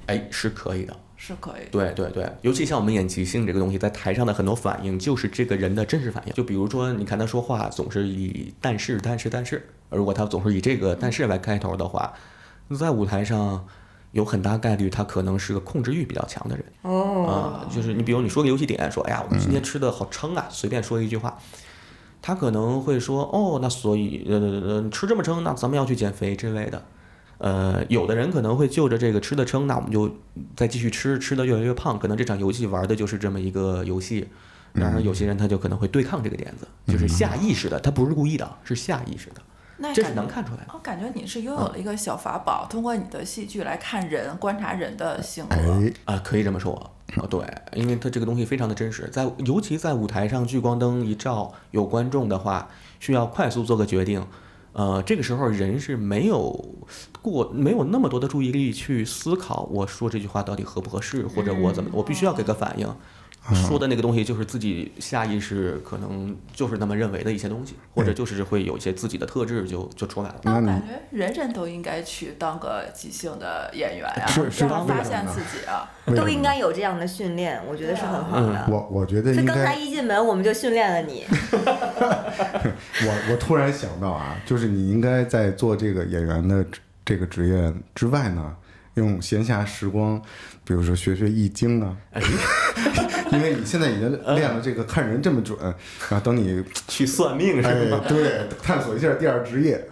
D: 哎，是可以的。
E: 是可以的。
D: 对对对，尤其像我们演即兴这个东西，在台上的很多反应就是这个人的真实反应。就比如说，你看他说话总是以但是但是但是，如果他总是以这个但是来开头的话，在舞台上有很大概率他可能是个控制欲比较强的人。
C: 哦，
D: 啊，就是你比如你说个游戏点，说哎呀，我们今天吃的好撑啊，随便说一句话，他可能会说哦，那所以呃呃吃这么撑，那咱们要去减肥之类的。呃，有的人可能会就着这个吃的撑，那我们就再继续吃，吃的越来越胖，可能这场游戏玩的就是这么一个游戏。然而有些人他就可能会对抗这个点子，就是下意识的，他不是故意的，是下意识的，
E: 嗯那
D: 这
E: 感
D: 是能看出来的。
E: 我感觉你是拥有了一个小法宝，通过你的戏剧来看人、观察人的性格。
B: 哎，
D: 啊，可以这么说啊，对，因为它这个东西非常的真实，在尤其在舞台上，聚光灯一照，有观众的话，需要快速做个决定。呃，这个时候人是没有过没有那么多的注意力去思考，我说这句话到底合不合适，或者我怎么，我必须要给个反应。
B: 啊嗯
D: 说的那个东西就是自己下意识可能就是那么认为的一些东西，或者就是会有一些自己的特质就就出来了。
E: 那我感觉人人都应该去当个即兴的演员呀、
B: 是是
E: 然后
B: 为
E: 发
B: 什
E: 现
B: 么呢
E: 自己啊。
B: 为什
C: 都
B: 么
C: 应该有这样的训练，我觉得是很好的。
B: 嗯我我觉得应
C: 所以刚
B: 该
C: 才一进门我们就训练了你，
B: [LAUGHS] 我我突然想到啊，就是你应该在做这个演员的职这个职业之外呢，用闲暇时光，比如说学学易经啊，
D: 哎
B: [LAUGHS] 因为你现在已经
D: 嗯
B: 练了这个看人这么准，然后
D: [LAUGHS]
B: 等你
D: 去算命
B: 哎
D: 是吗？
B: 对探索一下第二职业，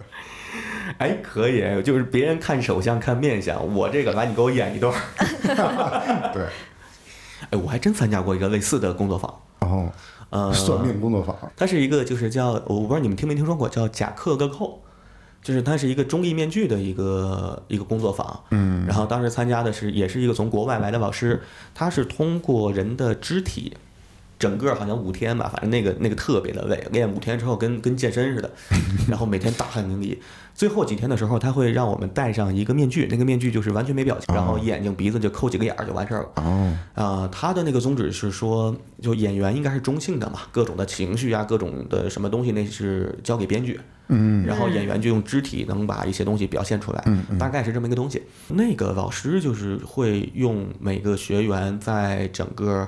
D: 哎，可以，就是别人看手相看面相，我这个来你给我演一段。
B: 对，
D: 哎，我还真参加过一个类似的工作坊，
B: 然后
D: 呃，
B: 算命工作坊，
D: 它是一个就是叫我不知道你们听没听说过叫贾克个扣，就是它是一个中立面具的一个一个工作坊，嗯，然后当时参加的是也是一个从国外来的老师，他是通过人的肢体。整个好像五天吧，反正那个那个特别的累，练五天之后跟跟健身似的， [LAUGHS] 然后每天大汗淋漓。最后几天的时候，他会让我们戴上一个面具，那个面具就是完全没表情，然后眼睛鼻子就抠几个眼儿就完事儿了。
B: 哦，
D: 啊，他的那个宗旨是说，就演员应该是中性的嘛，各种的情绪啊，各种的什么东西，那是交给编剧。嗯，然后演员就用肢体能把一些东西表现出来，大概是这么一个东西。那个老师就是会用每个学员在整个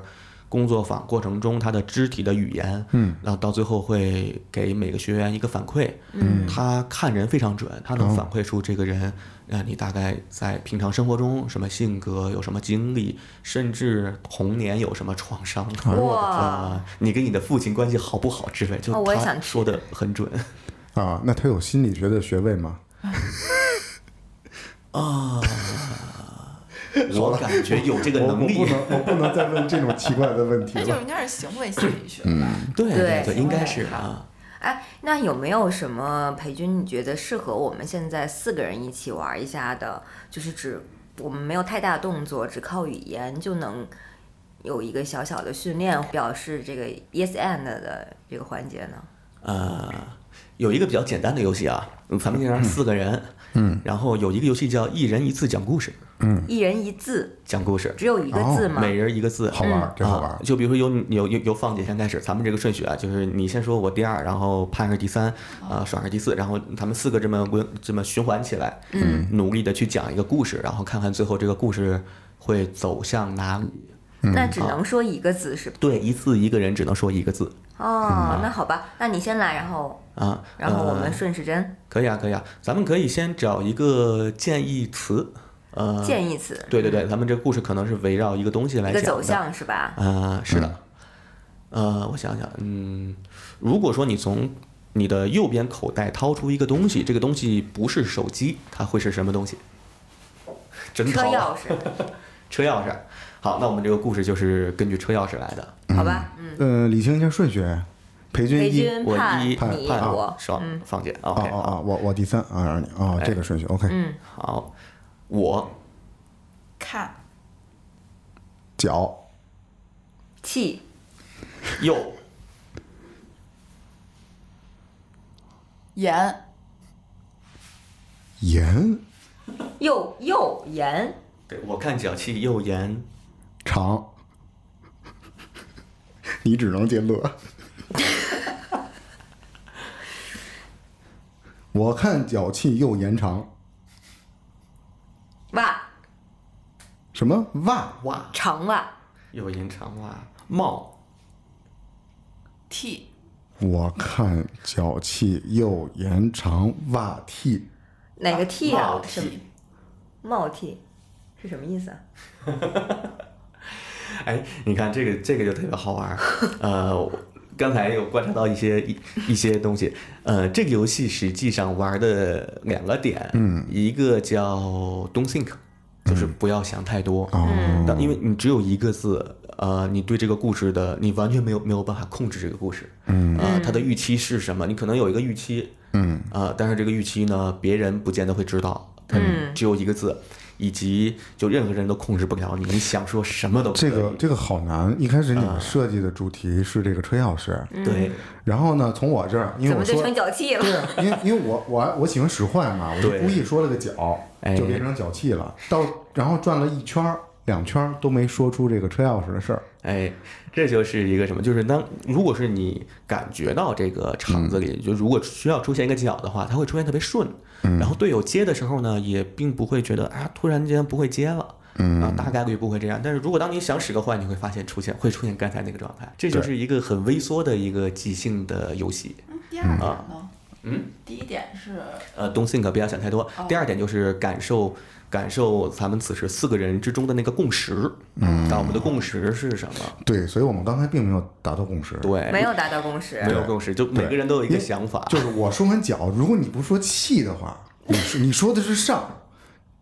D: 工作坊过程中他的肢体的语言，嗯，然后到最后会给每个学员一个反馈，嗯，他看人非常准，他能反馈出这个人，呃，你大概在平常生活中什么性格，有什么经历，甚至童年有什么创伤，
C: 哇
D: 啊你跟你的父亲关系好不好之类，就
C: 哦我也
D: 他
C: 想去
D: 说的很准。
B: 啊，那他有心理学的学位吗？
D: 我感觉有这个
B: 我
D: 能
B: 我不
D: 力，
B: 能，我不能再问这种奇怪的问题
E: [LAUGHS] 那就
B: 了。
E: 应该是行为心理学吧。
D: 对对
C: 对
D: 应该是啊。
C: 哎，那有没有什么裴军？你觉得适合我们现在四个人一起玩一下的？就是只我们没有太大动作，只靠语言就能有一个小小的训练，表示这个 yes and 的这个环节呢？
D: 呃，有一个比较简单的游戏啊，咱们那边四个人，嗯，然后有一个游戏叫一人一字讲故事，
C: 一人一字，
D: 讲故事，
C: 只有一个
B: 嗯哦
C: 字吗？
D: 每人一个字，
B: 好玩儿，真好玩
D: 啊
B: 儿。
D: 就比如说由你由由由放姐先开始，咱们这个顺序啊，就是你先说我第二，然后盼是第三，啊、爽是第四，然后咱们四个这么滚这么循环起来，嗯，努力的去讲一个故事，然后看看最后这个故事会走向哪里。
C: 那
B: 嗯
C: 只能说一个字是吧？
D: 对，一次一个人只能说一个字
B: 嗯
C: 哦，那好吧，那你先来，然后
D: 啊。
C: 然后我们
D: 呃
C: 顺时针、
D: 可以啊，可以啊，咱们可以先找一个建议词，
B: 嗯
D: 呃，
C: 建议词，
D: 对对对，咱们这个故事可能是围绕一个东西来讲
C: 一个
D: 的
C: 走向是吧？
D: 呃，是的，呃，我想想，嗯，如果说你从你的右边口袋掏出一个东西，这个东西不是手机，它会是什么东西？真
C: 车
D: 掏啊、 [LAUGHS]
C: 钥匙，
D: 车钥匙。好，那我们这个故事就是根据车钥匙来的。
C: 好吧？嗯，
B: 嗯，理清一下顺序，裴军
C: 裴
B: 一，
C: 军
D: 我
C: 盼
D: 一啊
C: 你
D: 盼盼
C: 我，嗯
D: 爽放姐
B: 啊哦
D: ，OK，
B: 哦哦，我我第三啊，让你哦，这个顺序 OK，
C: 嗯，
D: 好，我
E: 看
B: 脚
C: 气
D: 右 [LAUGHS]
E: 言
B: 盐
C: 右右言
D: 对我看脚气右沿
B: 长，你只能接乐。我看脚气又延长，
C: 袜
B: 什么袜
D: 袜
C: 长袜
D: 右沿长袜帽
E: 替
B: 我看脚气又延长袜替，
C: 哪个替啊
D: 帽？
C: 什么
D: 替。
C: 帽替是什么意思啊？
D: 哎，你看这个这个就特别好玩儿。呃，我刚才有观察到一些一一些东西。呃，这个游戏实际上玩的两个点，嗯，一个叫 don't think，就是不要想太多。
B: 嗯
D: 但因为你只有一个字，呃，你对这个故事的，你完全没有没有办法控制这个故事，嗯，啊，它的预期是什么？你可能有一个预期，嗯，啊，但是这个预期呢，别人不见得会知道，它
C: 嗯
D: 只有一个字，以及就任何人都控制不了你，你想说什么都可以
B: 这个这个好难。一开始你们设计的主题是这个车钥匙，
D: 对，
B: 然后呢，从我这儿，因为
C: 怎
B: 我
C: 么就
B: 说
C: 成脚气
B: 对
C: 了？
B: 啊， [LAUGHS] 因为因为我我我喜欢使坏嘛，我就
D: 对
B: 故意说了个脚，
D: 哎
B: 就变成脚气了。到然后转了一圈儿两圈儿都没说出这个车钥匙的事儿。
D: 哎，这就是一个什么？就是当如果是你感觉到这个场子里，就如果需要出现一个脚的话，它会出现特别顺，然后队友接的时候呢，也并不会觉得啊，突然间不会接了。嗯，啊，大概率不会这样。但是如果当你想使个坏，你会发现出现会出现刚才那个状态，这就是一个很微缩的一个即兴的游戏。
E: 第二点呢？嗯，第一点是
D: 呃，don't think，不要想太多。第二点就是感受感受咱们此时四个人之中的那个共识。嗯，那我们的共识是什么？
B: 对，所以我们刚才并没有达到共识。，
D: 对，
C: 没有达到共识
D: 没。有共识，就每个人都有一个想法。
B: 就是我说完脚，如果你不说气的话，你说你说的是上，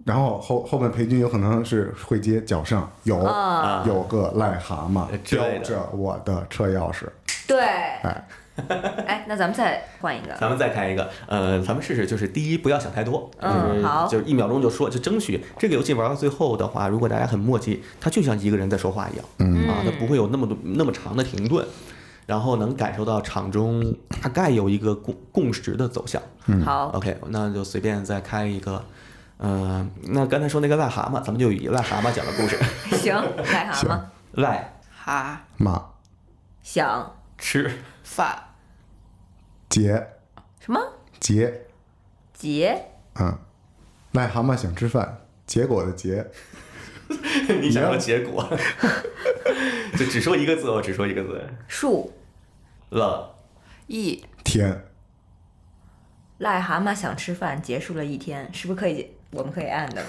B: 然后后后面裴军有可能是会接脚上有、
C: 嗯
D: 哦
C: 啊
D: 啊
B: 啊有个癞蛤蟆
D: 哎之类的
B: 叼着我的车钥匙，
C: 对，哎，那咱们再换一个。
D: 咱们再看一个，呃，咱们试试，就是第一不要想太多，
C: 嗯
D: 就是
C: 好
D: 就是一秒钟就说，就争取这个游戏玩到最后的话，如果大家很默契，它就像一个人在说话一样，嗯啊，它不会有那么多那么长的停顿，然后能感受到场中大概有一个共共识的走向。
C: 好，
D: OK，那就随便再开一个，呃，那刚才说那个癞蛤蟆，咱们就以癞蛤蟆讲的故事，
C: 行，癞蛤蟆
D: 癞
E: 哈
B: 马
C: 想
D: 吃
E: 饭
B: 杰
C: 什么
B: 杰
C: 结
B: 嗯啊，癞蛤蟆想吃饭，结果的结，
D: [LAUGHS] 你想要结果，就只说一个字，我只说一个字，
C: 树
D: 了。
C: 一
B: 天，
C: 癞蛤蟆想吃饭，结束了一天，是不是可以？我们可以按的了。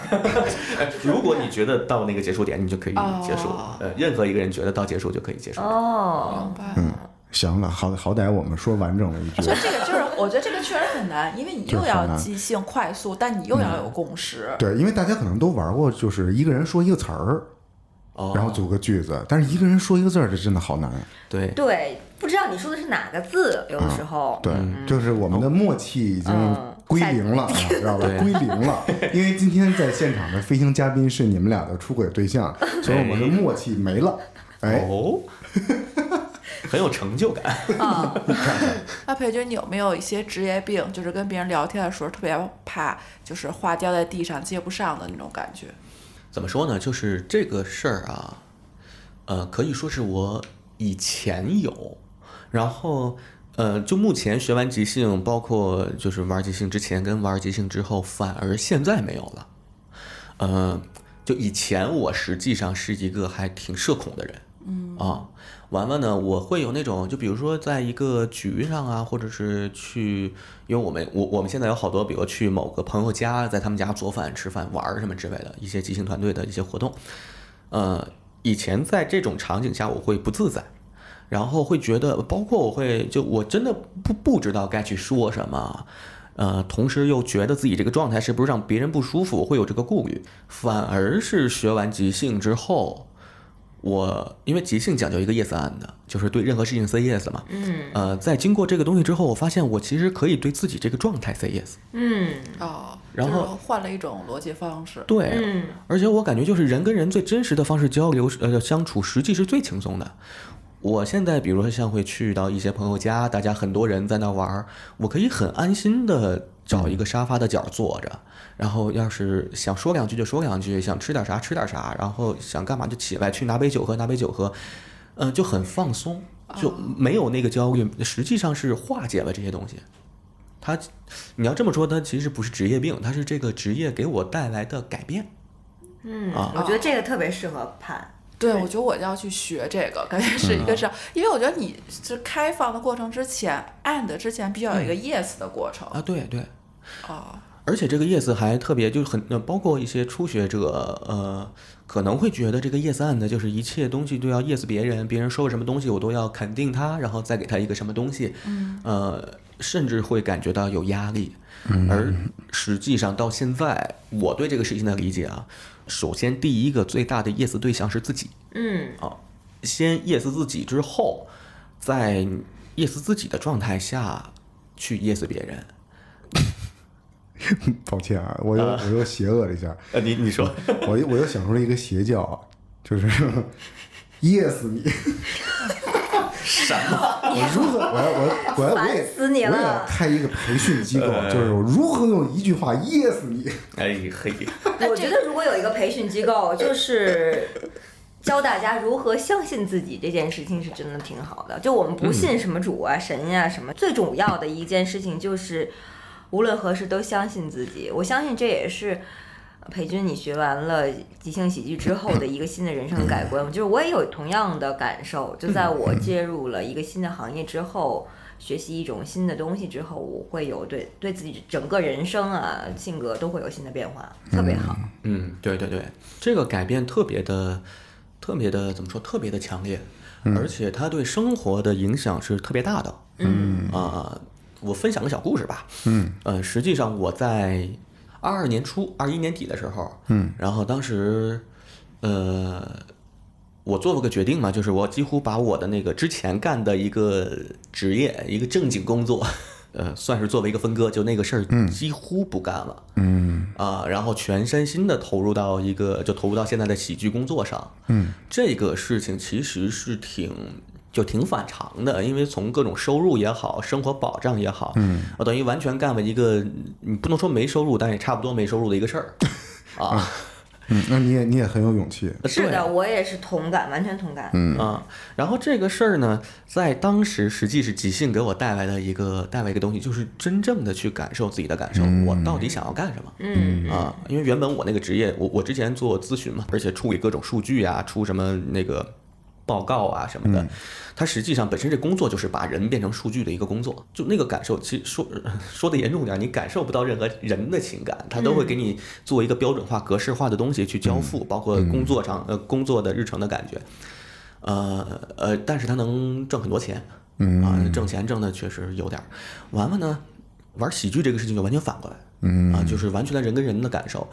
D: 哎，如果你觉得到那个结束点，你就可以结束
E: 哦。
D: 呃，任何一个人觉得到结束就可以结束。
C: 哦，
E: 明白了。
B: 行了，好好歹我们说完整了一句
E: 就，这个，就是我觉得这个确实很难，因为你
B: 这
E: 又
B: 很
E: 要
B: 难
E: 即兴快速，但你又要有共识。
B: 对，因为大家可能都玩过，就是一个人说一个词儿，
D: 哦，
B: 然后组个句子，但是一个人说一个字儿，这真的好难。
D: 对，啊
C: 对，不知道你说的是哪个字，有的时候。
B: 对，
D: 嗯
B: 就是我们的默契已经
C: 嗯
B: 归零了，啊，知道吧？
D: 对
B: 归零了，因为今天在现场的飞行嘉宾是你们俩的出轨对象，所以我们的默契没了。哎，
D: 哦， [LAUGHS] 很有成就感。
C: 啊，
E: 那裴军，你有没有一些职业病，就是跟别人聊天的时候特别怕，就是话掉在地上接不上的那种感觉？
D: 怎么说呢？就是这个事儿啊，呃，可以说是我以前有，然后呃，就目前学完即兴，包括就是玩即兴之前跟玩即兴之后，反而现在没有了。呃，就以前我实际上是一个还挺社恐的人，嗯啊，完了呢，我会有那种，就比如说在一个局上啊，或者是去，因为我们我我们现在有好多，比如去某个朋友家，在他们家做饭、吃饭、玩儿什么之类的一些即兴团队的一些活动，呃，以前在这种场景下我会不自在，然后会觉得，包括我会就我真的不不知道该去说什么，呃，同时又觉得自己这个状态是不是让别人不舒服，会有这个顾虑。反而是学完即兴之后，我因为即兴讲究一个 yes and，就是对任何事情 say yes 嘛，嗯，呃，在经过这个东西之后，我发现我其实可以对自己这个状态 say yes。
C: 嗯
E: 哦，
D: 然
E: 就是
D: 后
E: 换了一种逻辑方式。
D: 对，
C: 嗯，
D: 而且我感觉就是人跟人最真实的方式交流，呃，相处实际是最轻松的。我现在比如说像会去到一些朋友家，大家很多人在那玩儿，我可以很安心的找一个沙发的角坐着，然后要是想说两句就说两句，想吃点啥吃点啥，然后想干嘛就起来去拿杯酒喝拿杯酒喝，呃，就很放松，就没有那个焦虑，实际上是化解了这些东西。它，你要这么说，它其实不是职业病，它是这个职业给我带来的改变。
C: 嗯，
D: 啊
C: 我觉得这个特别适合判。
E: 对，我觉得我要去学这个，感觉是
D: 嗯
E: 一个是，因为我觉得你是开放的过程之前，and 之前必须要有
D: 嗯
E: 一个 yes 的过程。
D: 啊，对对，
E: 哦，
D: 而且这个 yes 还特别就是很，呃包括一些初学者，呃，可能会觉得这个 yes and 就是一切东西都要 yes 别人，别人说个什么东西我都要肯定他，然后再给他一个什么东西，嗯，呃，甚至会感觉到有压力。而实际上到现在，我对这个事情的理解啊，首先第一个最大的 yes 对象是自己，
C: 嗯
D: 啊，先 yes 自己之后，在 yes 自己的状态下去 yes 别人。
B: 抱歉啊，我又我又邪恶了一下，
D: 呃，你你 [LAUGHS] 说。
B: 我又我又想出了一个邪教，就是 [LAUGHS] yes 你。 [LAUGHS] 我如何？我要我要我要我也
C: 烦死你了
B: 我也要开一个培训机构，啊就是我如何用一句话 yes 你。
D: 哎嘿，
C: 我觉得如果有一个培训机构，就是教大家如何相信自己这件事情，是真的挺好的。就我们不信什么主啊、神呀、什么，最重要的一件事情就是，无论何时都相信自己。我相信这也是。裴军，你学完了即兴喜剧之后的一个新的人生改观，就是我也有同样的感受。就在
D: [LAUGHS]
C: 我介入了一个新的行业之后，学习一种新的东西之后，我会有对对自己整个人生啊、性格都会有新的变化，特别好。
D: 嗯，对对对，这个改变特别的，特别的怎么说？特别的强烈，而且它对生活的影响是特别大的。嗯啊、我分享个小故事吧。嗯，呃，实际上我在二二年初、二一年底的时候，嗯，然后当时，呃，我做了个决定嘛，就是我几乎把我的那个之前干的一个职业、一个正经工作，呃，算是作为一个分割，就那个事儿几乎不干了。嗯啊，然后全身心的投入到一个，就投入到现在的喜剧工作上。嗯，这个事情其实是挺。就挺反常的，因为从各种收入也好，生活保障也好，嗯，我等于 [LAUGHS] 完全干了一个，你不能说没收入，但也差不多没收入的一个事儿，啊，
B: 嗯，那你也你也很有勇气，
D: 呃
C: 是
D: 对
C: 的，我也是同感，完全同感。
B: 嗯
D: 啊，然后这个事儿呢，在当时实际是即兴给我带来的一个带来一个东西，就是真正的去感受自己的感受，我到底想要干什么。
C: 嗯，
D: 啊，因为原本我那个职业，我我之前做咨询嘛，而且处理各种数据啊，出什么那个报告啊什么的，它实际上本身这工作就是把人变成数据的一个工作，就那个感受，其实说 [LAUGHS] 说的严重点儿，你感受不到任何人的情感，他都会给你做一个标准化、格式化的东西去交付，包括工作上呃工作的日程的感觉，呃呃，但是他能挣很多钱，啊，挣钱挣的确实有点儿。完了呢，玩喜剧这个事情就完全反过来，嗯啊，就是完全的人跟人的感受。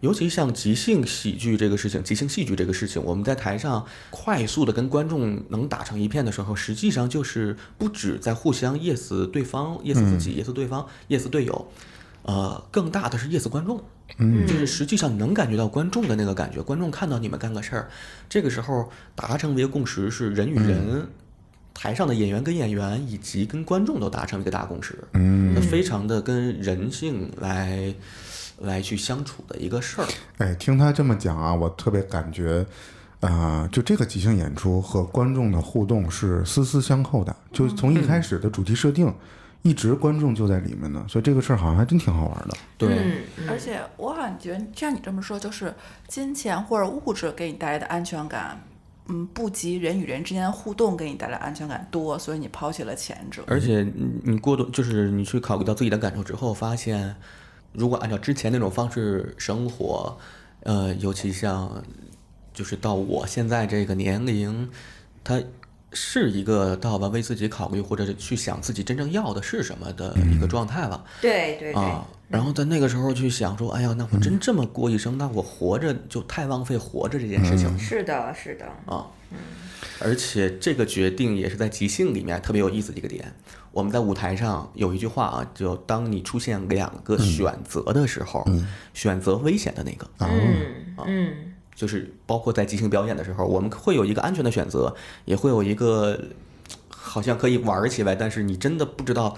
D: 尤其像即兴喜剧这个事情，即兴戏剧这个事情，我们在台上快速的跟观众能打成一片的时候，实际上就是不止在互相 yes 对方，yes 自己，yes 对方，yes 队友，呃，更大的是 yes 观众，嗯，就是实际上你能感觉到观众的那个感觉，观众看到你们干个事儿，这个时候达成一个共识是人与人。台上的演员跟演员以及跟观众都达成一个大共识，嗯，非常的跟人性来来去相处的一个事儿，
B: 哎，听他这么讲啊，我特别感觉，啊、就这个即兴演出和观众的互动是丝丝相扣的，就是从一开始的主题设定，一直观众就在里面呢，所以这个事儿好像还真挺好玩的。
D: 对，
C: 嗯，
E: 而且我好像觉得，像你这么说，就是金钱或者物质给你带来的安全感，嗯，不及人与人之间互动给你带来安全感多，所以你抛弃了前者。
D: 而且你你过多就是你去考虑到自己的感受之后，发现如果按照之前那种方式生活，呃，尤其像就是到我现在这个年龄，它是一个到晚为自己考虑或者是去想自己真正要的是什么的一个状态了。
C: 对对对，
D: 啊。然后在那个时候去想说，哎呀，那我真这么过一生，那我活着就太浪费活着这件事情了、
C: 是的，是的，
D: 啊。而且这个决定也是在即兴里面特别有意思的一个点。我们在舞台上有一句话啊，就当你出现两个选择的时候，选择危险的那个，
C: 嗯嗯，
D: 就是包括在即兴表演的时候，我们会有一个安全的选择，也会有一个好像可以玩儿起来，但是你真的不知道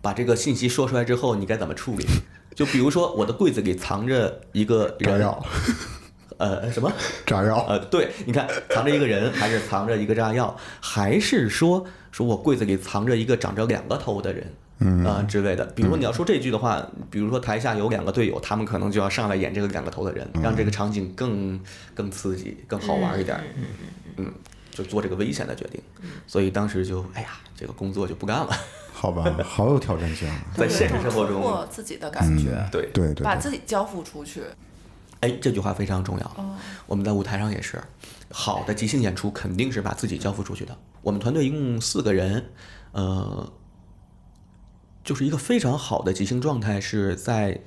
D: 把这个信息说出来之后你该怎么处理。就比如说我的柜子里藏着一个
B: 炸
D: 人，
B: 药，
D: 呃，什么？
B: 炸药，
D: 呃，对，你看藏着一个人，还是藏着一个炸药，还是说说我柜子里藏着一个长着两个头的人，嗯啊、之类的。比如说你要说这句的话，比如说台下有两个队友，他们可能就要上来演这个两个头的人，让这个场景更更刺激、更好玩一点。嗯就做这个危险的决定，所以当时就哎呀，这个工作就不干了，
B: 好吧，好有挑战性啊！嗯
D: 在现实生活
E: 突
D: 中嗯
E: 破，自己的感觉，
D: 对
B: 对对对，
E: 把自己交付出去。
D: 哎，这句话非常重要。我们在舞台上也是，好的即兴演出肯定是把自己交付出去的。我们团队一共四个人，呃，就是一个非常好的即兴状态是在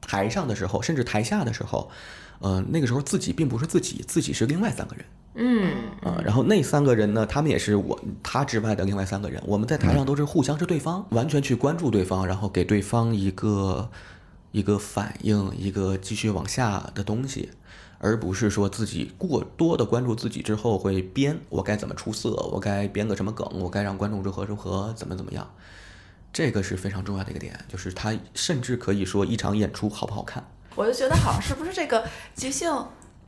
D: 台上的时候，甚至台下的时候，呃，那个时候自己并不是自己，自己是另外三个人。
C: 嗯，
D: 啊、然后那三个人呢，他们也是我他之外的另外三个人，我们在
E: 嗯
D: 台上都是互相是对方，完全去关注对方，然后给对方一个一个反应，一个继续往下的东西，而不是说自己过多的关注自己之后会编我该怎么出色，我该编个什么梗，我该让观众如何如何怎么怎么样，这个是非常重要的一个点，就是他甚至可以说一场演出好不好看，
E: 我就觉得好像是不是这个即兴，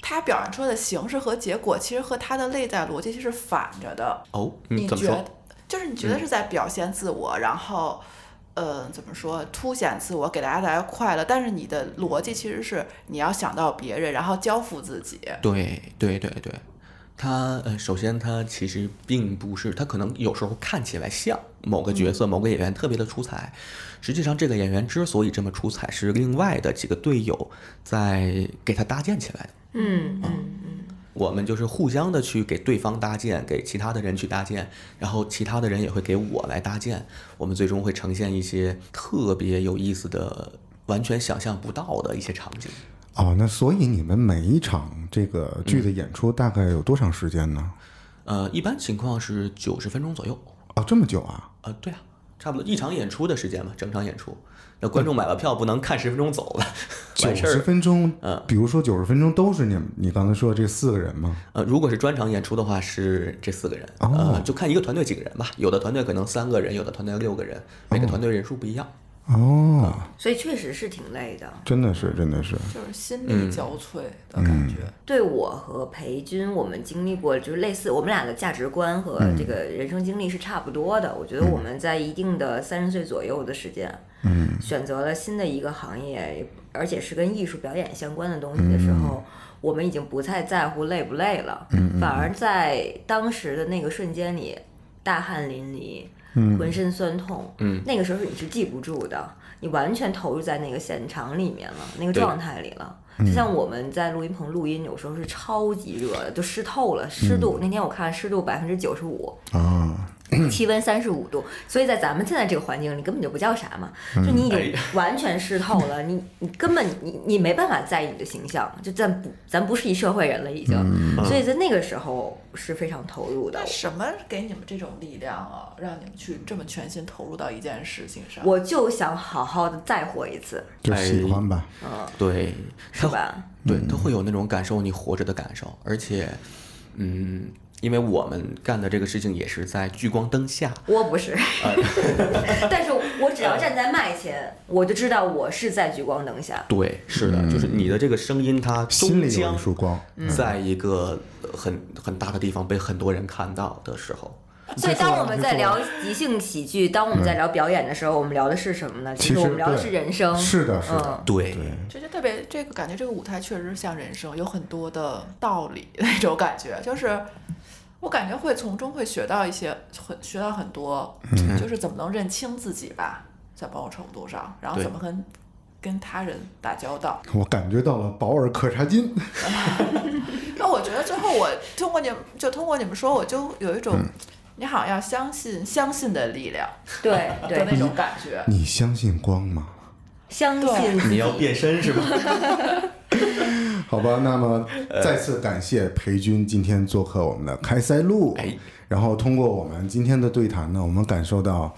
E: 它表现出来的形式和结果，其实和它的内在逻辑是反着的。
D: 哦，
E: 你
D: 怎么
E: 觉
D: 说
E: 得？就是你觉得是在表现自我，然后，呃，怎么说，凸显自我，给大家带来快乐。但是你的逻辑其实是你要想到别人，然后交付自己。
D: 对对对对，他呃，首先他其实并不是，他可能有时候看起来像某个角色、某个演员特别的出彩，实际上这个演员之所以这么出彩，是另外的几个队友在给他搭建起来的。
C: 嗯嗯，
D: 我们就是互相的去给对方搭建，给其他的人去搭建，然后其他的人也会给我来搭建，我们最终会呈现一些特别有意思的、完全想象不到的一些场景。
B: 哦，那所以你们每一场这个剧的演出大概有多长时间呢？
D: 呃，一般情况是九十分钟左右。
B: 哦，这么久啊？
D: 啊，对啊，差不多一场演出的时间嘛，整场演出。那观众买了票不能看十分钟走 [LAUGHS] 了，
B: 九
D: 完事
B: 十
D: 儿。
B: 分钟
D: 嗯，
B: 比如说九十分钟都是你们你刚才说的这四个人吗？
D: 呃，如果是专场演出的话，是这四个人，
B: 哦
D: 哦呃，就看一个团队几个人吧。有的团队可能三个人，有的团队六个人，每个团队人数不一样。
B: 哦，
C: 所以确实是挺累的。
B: 真的是，真的是，
E: 就是心力交瘁的感觉。
C: 对我和裴军，我们经历过就是类似，我们俩的价值观和这个人生经历是差不多的。我觉得我们在一定的三十岁左右的时间，嗯，选择了新的一个行业，而且是跟艺术表演相关的东西的时候，我们已经不太在乎累不累了，反而在当时的那个瞬间里，大汗淋漓。浑身酸痛，嗯，那个时候你是记不住的，你完全投入在那个现场里面了，那个
D: 对
C: 状态里了。就像我们在录音棚录音，有时候是超级热的，就湿透了，湿度。那天我看湿度百分之九十五，
B: 啊，
C: 气温三十五度，所以在咱们现在这个环境里根本就不叫啥嘛，
B: 嗯
C: 就你已经 [LAUGHS] 完全湿透了，你你根本你你没办法在意你的形象，就咱不咱不是一社会人了已经，
B: 嗯
C: 所以在那个时候是非常投入的
E: 那。什么给你们这种力量啊，让你们去这么全心投入到一件事情上？
C: 我就想好好的再活一次，
B: 就喜欢吧，
D: 哎
C: 嗯，
D: 对，嗯
C: 是
D: 啊他
C: 吧？
D: 对，他会有那种感受你活着的感受，而且，嗯，因为我们干的这个事情也是在聚光灯下，
C: 我不是，但是我只要站在麦前，我就知道我是在聚光灯下。
D: 对，是的，就是你的这个声音，它
B: 心
D: 终
B: 里有
D: 将
B: 一束光，
D: 在一个呃很很大的地方被很多人看到的时候，
C: 所以，当我们在聊即兴喜剧，当我们在聊表演的时候，我们聊的是什么呢？
B: 嗯其
C: 实
B: 实
C: 我们聊的
B: 对
C: 是人生。
B: 是的，是的
C: 嗯，
D: 对，
B: 对，
E: 就就特别这个感觉，这个舞台确实像人生，有很多的道理 [LAUGHS] 那种感觉，就是我感觉会从中会学到一些，很学到很多，
B: 嗯
E: 就是怎么能认清自己吧，在某种程度上，然后
D: 对
E: 怎么跟跟他人打交道。
D: 嗯
B: 我感觉到了保尔柯察金，
E: 那我觉得最后我通过你们，就通过你们说，我就有一种。
B: 嗯
E: 你好像要相信相信的力量
C: 对
E: 的那
C: 对，
E: 种感觉，
B: 你相信光吗？
C: 相信
E: 对
C: 自己
D: 你要变身是吧？
B: [LAUGHS] 好吧，那么再次感谢裴军今天做客我们的开塞露，
D: 哎
B: 然后通过我们今天的对谈呢，我们感受到，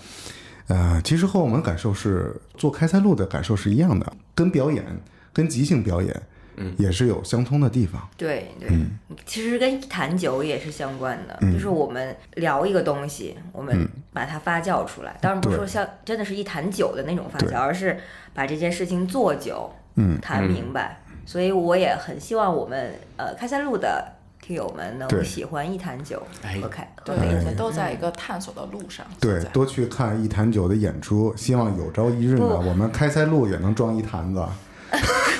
B: 呃，其实和我们感受是做开塞露的感受是一样的，跟表演、跟即兴表演，嗯，也是有相通的地方。
C: 对对，
B: 嗯
C: 其实跟谈酒也是相关的，就是我们聊一个东西，
B: 嗯
C: 我们把它发酵出来。当然不是说像真的是一坛酒的那种发
B: 对
C: 酵，而是把这件事情做酒，
B: 嗯
C: 谈明白。所以我也很希望我们呃开塞露的听友们
B: 对
C: 能喜欢一坛酒
D: 哎
C: 和开和
E: 对，
C: 美
E: 我
C: 酒
E: 们都在一个探索的路上。
B: 嗯对
E: 现在，
B: 多去看一坛酒的演出，希望有朝一日呢，
C: 不
B: 我们开塞露也能装一坛子，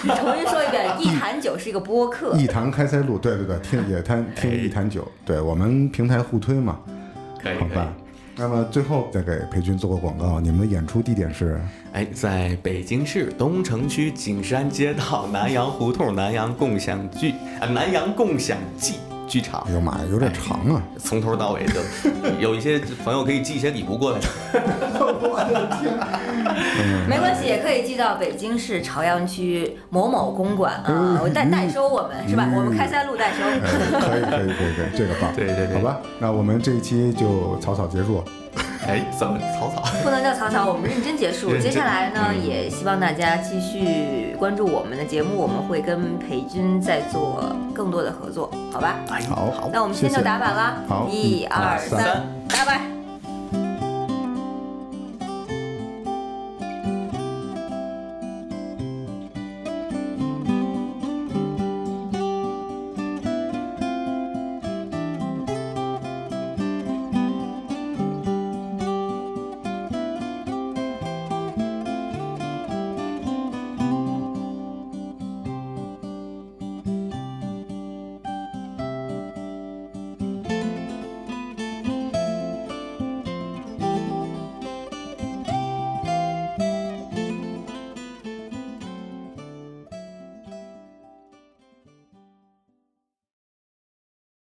C: 你重新说一遍，一坛酒是一个播客，
B: 一坛开塞露，对对对，听也谈听一坛酒，对我们平台互推嘛，
D: 可以
B: 好
D: 可以
B: 吧。。那么最后再给裴军做个广告，你们的演出地点是？
D: 哎，在北京市东城区景山街道南阳胡同南阳共享剧啊南阳共享记剧场
B: 哎。呦妈呀，有点长啊！
D: [LAUGHS] 从头到尾的，有一些朋友可以寄一些礼物过来。
C: 没关系，也可以寄到北京市朝阳区某某公馆
B: 嗯
C: 啊，我代代收我们是吧？我们开塞露代收。
B: 哎，可以可以可以可以，这个棒。
D: 对对对
B: 好吧，那我们这一期就草草结束。
D: 哎，怎么草草？
C: [LAUGHS] 不能叫草草，我们认真结束。
D: 认
C: 接
D: 真
C: 下来呢，
B: 嗯
C: 也希望大家继续关注我们的节目，我们会跟裴军再做更多的合作，好吧？
B: 好，
C: 那我们今天
B: 谢
C: 就
B: 谢
C: 打板啦，
B: 好
C: 一
B: 一
C: 二
B: 二三
C: 三，拜拜。